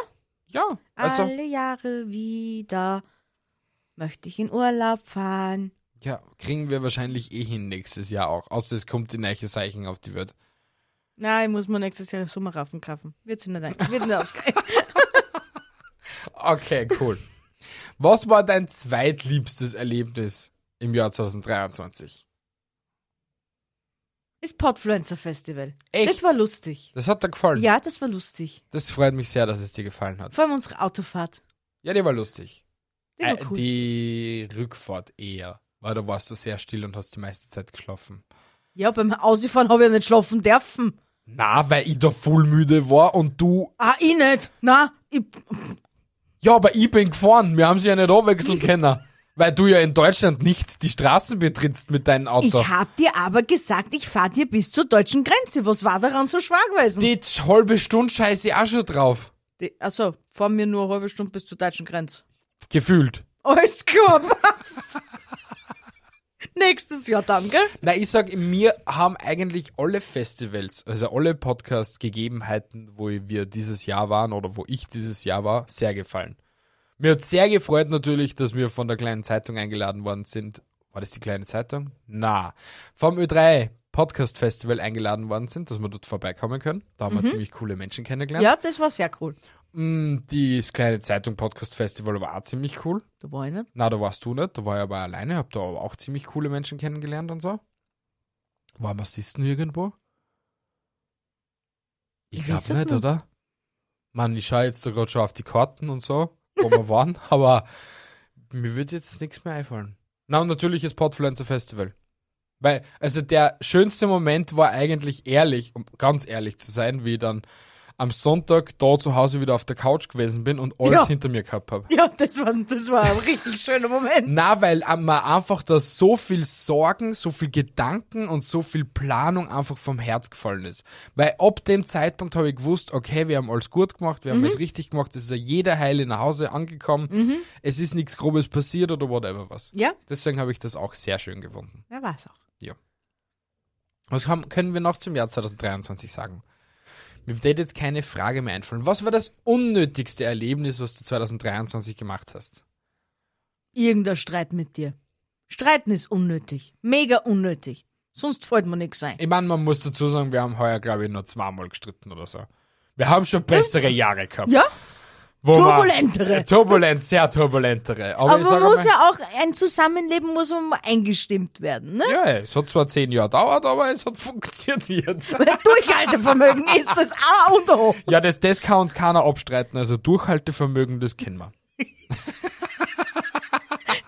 Ja. Also,
Alle Jahre wieder möchte ich in Urlaub fahren.
ja, kriegen wir wahrscheinlich eh hin nächstes Jahr auch. Außer es kommt die neue Zeichen auf die Welt.
Nein, muss man nächstes Jahr Sommerraffen kaufen. Wird sich nicht, ein- wird nicht
[LAUGHS]
ausgehen.
Okay,
[LAUGHS]
cool. Was war dein zweitliebstes Erlebnis im Jahr 2023?
Das Podfluencer Festival.
Echt?
Das war lustig.
Das hat dir gefallen.
Ja, das war lustig.
Das freut mich sehr, dass es dir gefallen hat.
Vor allem unsere Autofahrt.
Ja, die war lustig.
Die war cool.
Äh, die Rückfahrt eher. Weil da warst du sehr still und hast die meiste Zeit geschlafen.
Ja, beim Ausfahren habe ich ja nicht schlafen dürfen.
Na, weil ich da voll müde war und du.
Ah, ich nicht. Na, ich,
Ja, aber ich bin gefahren. Wir haben sie ja nicht abwechseln können. Weil du ja in Deutschland nicht die Straßen betrittst mit deinem
ich
Auto.
habe dir aber gesagt, ich fahre dir bis zur deutschen Grenze. Was war daran so schwer gewesen?
Die halbe Stunde scheiße ich auch schon drauf.
Die, also, fahr mir nur eine halbe Stunde bis zur deutschen Grenze.
Gefühlt.
Alles klar, [LAUGHS] passt. Nächstes Jahr dann, gell?
Na, ich sag, mir haben eigentlich alle Festivals, also alle Podcast-Gegebenheiten, wo wir dieses Jahr waren oder wo ich dieses Jahr war, sehr gefallen. Mir hat sehr gefreut natürlich, dass wir von der kleinen Zeitung eingeladen worden sind. War das die kleine Zeitung? Na, vom Ö3 Podcast Festival eingeladen worden sind, dass wir dort vorbeikommen können. Da haben
Mhm.
wir ziemlich coole Menschen kennengelernt.
Ja, das war sehr cool.
Mm, Das kleine Zeitung Podcast Festival war auch ziemlich cool.
Da war ich nicht.
Na, da warst du nicht. Da war ich aber alleine. Hab da aber auch ziemlich coole Menschen kennengelernt und so. Waren wir Sisten irgendwo? Ich
Ich
glaub
weiß es
nicht,
nicht.
oder? Mann, ich schaue jetzt da gerade schon auf die Karten und so, wo wir [LAUGHS] waren, aber mir wird jetzt nichts mehr einfallen. Na, und natürlich das Podfluencer Festival. Weil, also der schönste Moment war eigentlich ehrlich, um ganz ehrlich zu sein, wie ich dann am Sonntag da zu Hause wieder auf der Couch gewesen bin und alles
Ja.
hinter mir gehabt habe.
Ja, das war, das war ein richtig schöner Moment.
Na, weil äh, man einfach da so viel Sorgen, so viel Gedanken und so viel Planung einfach vom Herz gefallen ist. Weil ab dem Zeitpunkt habe ich gewusst, okay, wir haben alles gut gemacht, wir haben
Mhm.
alles richtig gemacht, es ist ja jeder heil nach Hause angekommen, es ist nichts Grobes passiert oder whatever was.
Ja.
Deswegen habe ich das auch sehr schön gefunden.
Ja, war's auch.
Ja. Was haben, können wir noch zum Jahr 2023 sagen? Mir wird jetzt keine Frage mehr einfallen. Was war das unnötigste Erlebnis, was du 2023 gemacht hast?
Irgendein Streit mit dir. Streiten ist unnötig. Mega unnötig. Sonst fällt mir nichts ein.
Ich meine, man muss dazu sagen, wir haben heuer, glaube ich, nur zweimal gestritten oder so. Wir haben schon bessere Jahre gehabt.
Ja?
Wo wir-
Turbulentere.
äh, [LAUGHS] turbulent, sehr turbulentere. Aber,
Aber,
ich
man
sage
muss
mal,
ja auch, ein Zusammenleben muss man mal eingestimmt werden, ne?
ja, es hat zwar zehn Jahre dauert, aber es
[LAUGHS]
hat [LAUGHS] funktioniert.
Weil Durchhaltevermögen ist das A und O.
ja, das, das kann uns keiner abstreiten. Also Durchhaltevermögen, das kennen wir.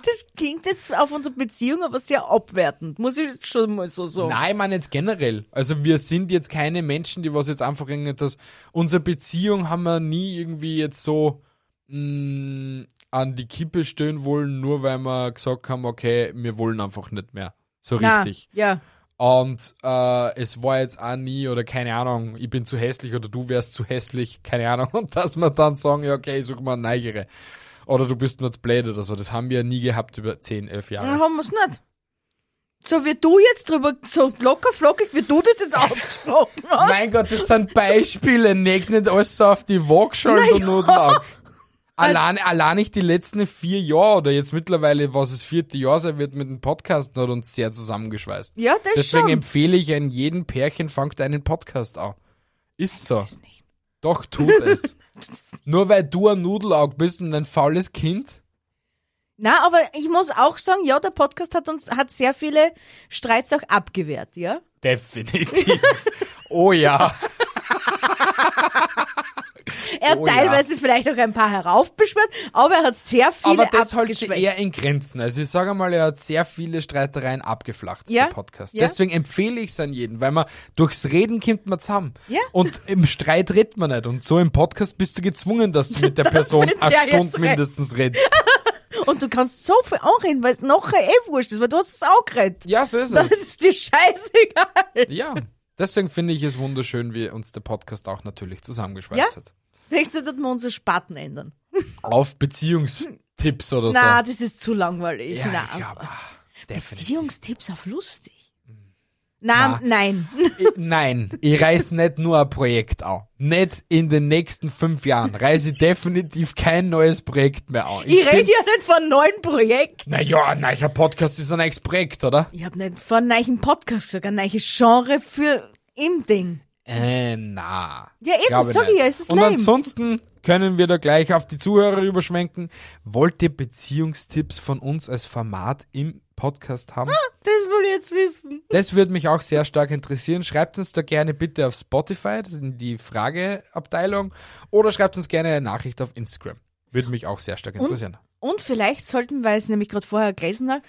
Das klingt jetzt auf unsere Beziehung aber sehr abwertend. Muss ich jetzt schon mal so sagen.
Nein, ich meine jetzt generell. Also wir sind jetzt keine Menschen, die was jetzt einfach irgendetwas. Unsere Beziehung haben wir nie irgendwie jetzt so mh, an die Kippe stehen wollen, nur weil wir gesagt haben, okay, wir wollen einfach nicht mehr. So
Na,
richtig.
Ja.
Und äh, es war jetzt auch nie, oder keine Ahnung, ich bin zu hässlich oder du wärst zu hässlich, keine Ahnung. [LAUGHS] Und dass wir dann sagen, ja, okay, ich suche mal eine Neigere. Oder du bist mir zu blöd oder so. Das haben wir ja nie gehabt über 10, 11 Jahre.
Dann haben wir es nicht. So wie du jetzt drüber, so locker flockig, wie du das
[LAUGHS]
jetzt ausgesprochen hast.
Mein Gott, das sind Beispiele, legt nicht alles so auf die Waagschale
Naja. Also-
und Notlaug. Allein, allein nicht die letzten vier Jahre oder jetzt mittlerweile, was das vierte Jahr sein wird mit dem Podcast, hat uns sehr zusammengeschweißt.
Ja, das
Deswegen
schon.
empfehle ich an jeden Pärchen, fangt einen Podcast an. Ist so.
[LAUGHS]
Doch, tut es. Nur weil du ein Nudelaug bist und ein faules Kind.
Na, aber ich muss auch sagen, ja, der Podcast hat uns, hat sehr viele Streits auch abgewehrt, ja?
Definitiv. [LAUGHS] oh ja.
Er hat
Oh ja.
teilweise vielleicht auch ein paar heraufbeschwört, aber er hat sehr viele
Aber das hält sich
abgeschwächt.
eher in Grenzen. Also ich sage mal, er hat sehr viele Streitereien abgeflacht,
Ja,
der Podcast.
ja.
Deswegen empfehle ich es an jeden, weil man durchs Reden kommt man zusammen.
Ja.
Und im Streit redet man nicht. Und so im Podcast bist du gezwungen, dass
[LAUGHS]
du mit der Person
mit
eine
der jetzt
Stunde
redest.
mindestens redest.
[LAUGHS] Und du kannst so viel anreden, weil es nachher eh wurscht ist, weil du hast es auch geredet.
Ja, so ist
das
es.
Das ist dir scheißegal.
Ja. Deswegen finde ich es wunderschön, wie uns der Podcast auch natürlich zusammengeschweißt
Ja?
hat.
Vielleicht sollten wir unsere Spaten ändern.
Auf Beziehungstipps oder
Na,
so.
das ist zu langweilig.
Ja,
Na.
ich glaub, ah,
Beziehungstipps auf lustig. Na, nein.
Ich- Nein, ich reiß nicht nur ein Projekt an. Nicht in den nächsten fünf Jahren reiße ich definitiv kein neues Projekt mehr an.
Ich, rede ja nicht von neuen Projekten.
Naja, ein neuer Podcast ist ein neues Projekt, oder?
Ich habe nicht von neuen Podcast gesagt, ein neues Genre für im Ding.
Äh, na.
Ja, eben,
Glaube
sag ich
nicht.
ja, es ist
Und
lame.
ansonsten können wir da gleich auf die Zuhörer überschwenken. Wollt ihr Beziehungstipps von uns als Format im Podcast haben?
Ah, Das will ich jetzt wissen.
Das würde mich auch sehr stark interessieren. Schreibt uns da gerne bitte auf Spotify, das ist in die Frageabteilung, oder schreibt uns gerne eine Nachricht auf Instagram. Würde mich auch sehr stark interessieren.
Und vielleicht sollten, weil ich es nämlich gerade vorher gelesen habe,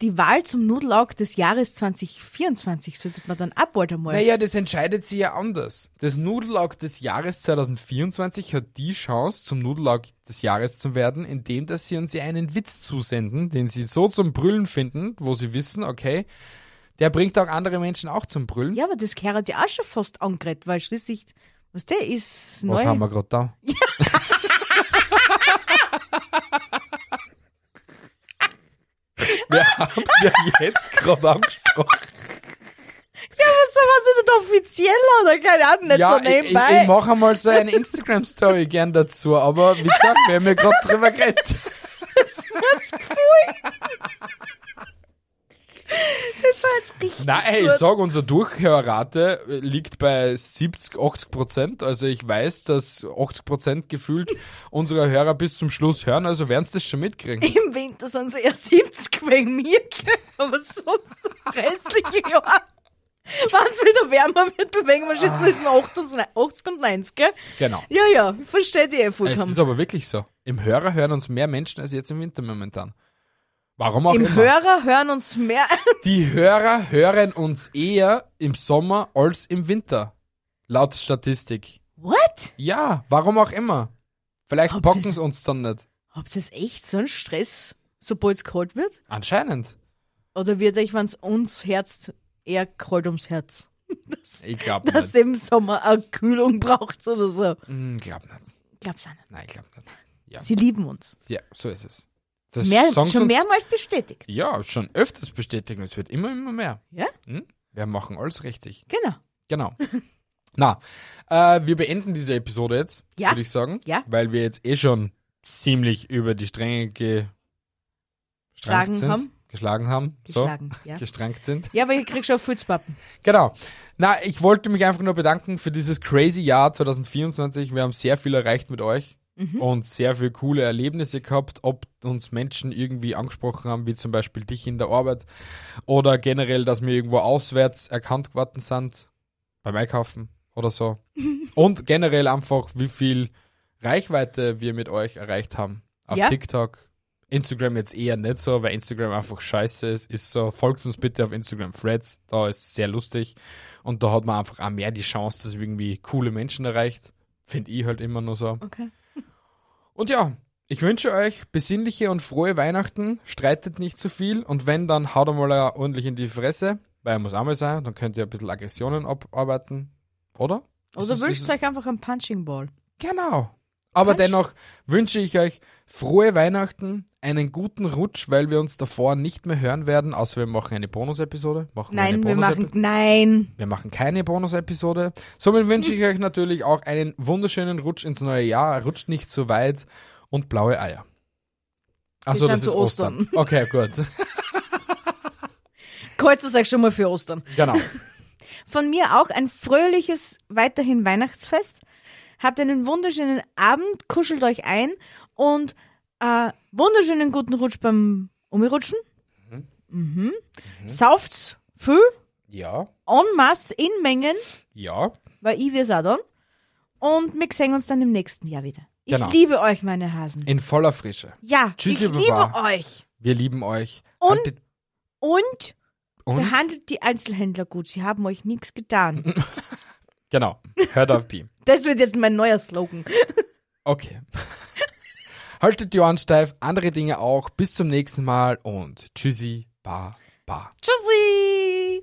die Wahl zum Nudelaug des Jahres 2024 sollte man dann abwarten mal.
Naja, das entscheidet sie ja anders. Das Nudelaug des Jahres 2024 hat die Chance, zum Nudelaug des Jahres zu werden, indem dass sie uns ja einen Witz zusenden, den sie so zum Brüllen finden, wo sie wissen, okay, der bringt auch andere Menschen auch zum Brüllen.
Ja, aber das gehört ja auch schon fast angeredet, weil schließlich, was der ist neu.
Was haben wir gerade da? [LAUGHS] wir haben es ja jetzt gerade angesprochen.
Ja, was soll man so nicht offiziell oder keine Ahnung, [LAUGHS] nicht
ja,
so
ich, ich,
nebenbei. [LAUGHS]
ich mache mal so eine Instagram-Story gern dazu, aber wie gesagt, wir haben ja gerade drüber geredet.
das war's cool. Das war jetzt richtig.
Nein, ey, ich
gut.
sag, unsere Durchhörrate äh, liegt bei 70, 80 Prozent. Also ich weiß, dass 80 Prozent gefühlt unserer Hörer bis zum Schluss hören, also werden sie das schon mitkriegen.
Im Winter sind sie erst 70 wegen mir, aber sonst das restliche Jahr. Wenn es wieder wärmer wird, bewegen wir schon zwischen 80 und 90, gell?
Genau.
Ja, ja, ich verstehe die eh vollkommen.
Es ist aber wirklich so. Im Hörer hören uns mehr Menschen als jetzt im Winter momentan. Warum auch
Im
immer.
Hörer hören uns mehr.
Die Hörer hören uns eher im Sommer als im Winter. Laut Statistik.
What?
Ja, warum auch immer. Vielleicht pocken sie uns dann nicht.
Habt ihr echt so einen Stress, sobald es kalt wird?
Anscheinend.
Oder wird euch, wenn es uns herzt, eher kalt ums Herz?
Ich glaub
Dass
nicht.
ihr im Sommer eine Kühlung braucht oder so.
Hm, glaub nicht.
Glaub's auch nicht.
Nein, ich glaub nicht. Ja.
Sie lieben uns.
Ja, so ist es.
Mehr,
sagen sie
schon
uns-
mehrmals bestätigt.
Ja, schon öfters bestätigen. Es wird immer, immer mehr.
Ja?
Hm? Wir machen alles richtig.
Genau. [LAUGHS]
Genau. Na, äh, wir beenden diese Episode jetzt,
Ja.
würde ich sagen.
Ja.
Weil wir jetzt eh schon ziemlich über die Stränge ge
Geschlagen
gestrankt sind.
haben.
Geschlagen haben. So.
Geschlagen, ja.
Gestrankt sind.
Ja, aber ich krieg schon Futzpappen.
Genau. Na, ich wollte mich einfach nur bedanken für dieses crazy Jahr 2024. Wir haben sehr viel erreicht mit euch
Mhm.
und sehr viele coole Erlebnisse gehabt, ob uns Menschen irgendwie angesprochen haben, wie zum Beispiel dich in der Arbeit oder generell, dass wir irgendwo auswärts erkannt geworden sind, beim Einkaufen oder
[LAUGHS]
so. und generell einfach, wie viel Reichweite wir mit euch erreicht haben auf
Ja.
TikTok. Instagram jetzt eher nicht so, weil Instagram einfach scheiße ist. Ist so, folgt uns bitte auf Instagram Threads, da ist sehr lustig. Und da hat man einfach auch mehr die Chance, dass wir irgendwie coole Menschen erreicht. Finde ich halt immer nur so.
Okay.
Und ja, ich wünsche euch besinnliche und frohe Weihnachten. Streitet nicht zu viel und wenn, dann haut einmal eine ordentlich in die Fresse, weil er muss einmal sein. Dann könnt ihr ein bisschen Aggressionen abarbeiten, oder? Ist
Oder
es-
wünscht
ist es-
Also euch einfach einen Punching Ball.
Genau. Aber dennoch wünsche ich euch frohe Weihnachten, einen guten Rutsch, weil wir uns davor nicht mehr hören werden, außer wir machen eine Bonus-Episode. Machen
Nein,
eine
wir
Bonus-Epi-
machen, nein.
wir machen keine Bonus-Episode. Somit wünsche
[LAUGHS]
ich euch natürlich auch einen wunderschönen Rutsch ins neue Jahr. Rutscht nicht zu weit und blaue Eier.
Bis
Achso, das
dann
ist
zu
Ostern.
Ostern.
Okay,
[LAUGHS]
gut.
Kreuzt es euch schon mal für Ostern.
Genau.
Von mir auch ein fröhliches weiterhin Weihnachtsfest. Habt einen wunderschönen Abend, kuschelt euch ein und äh, wunderschönen
Mhm.
guten Rutsch beim Umirutschen. Mhm. Sauft's viel
Ja,
En masse, in Mengen,
ja.
weil ich wir's auch dann. Und wir sehen uns dann im nächsten Jahr wieder. Ich
Genau.
liebe euch, meine Hasen.
In voller Frische.
Ja,
Tschüssi,
ich liebe
Baba.
euch.
Wir lieben euch.
Und-
Haltet-
Und,
Und?
behandelt die Einzelhändler gut. Sie haben euch nichts getan.
genau. Hört auf Pi.
Das wird jetzt mein neuer Slogan.
Okay. Haltet die Ohren steif, andere Dinge auch. Bis zum nächsten Mal und tschüssi, ba, ba.
Tschüssi.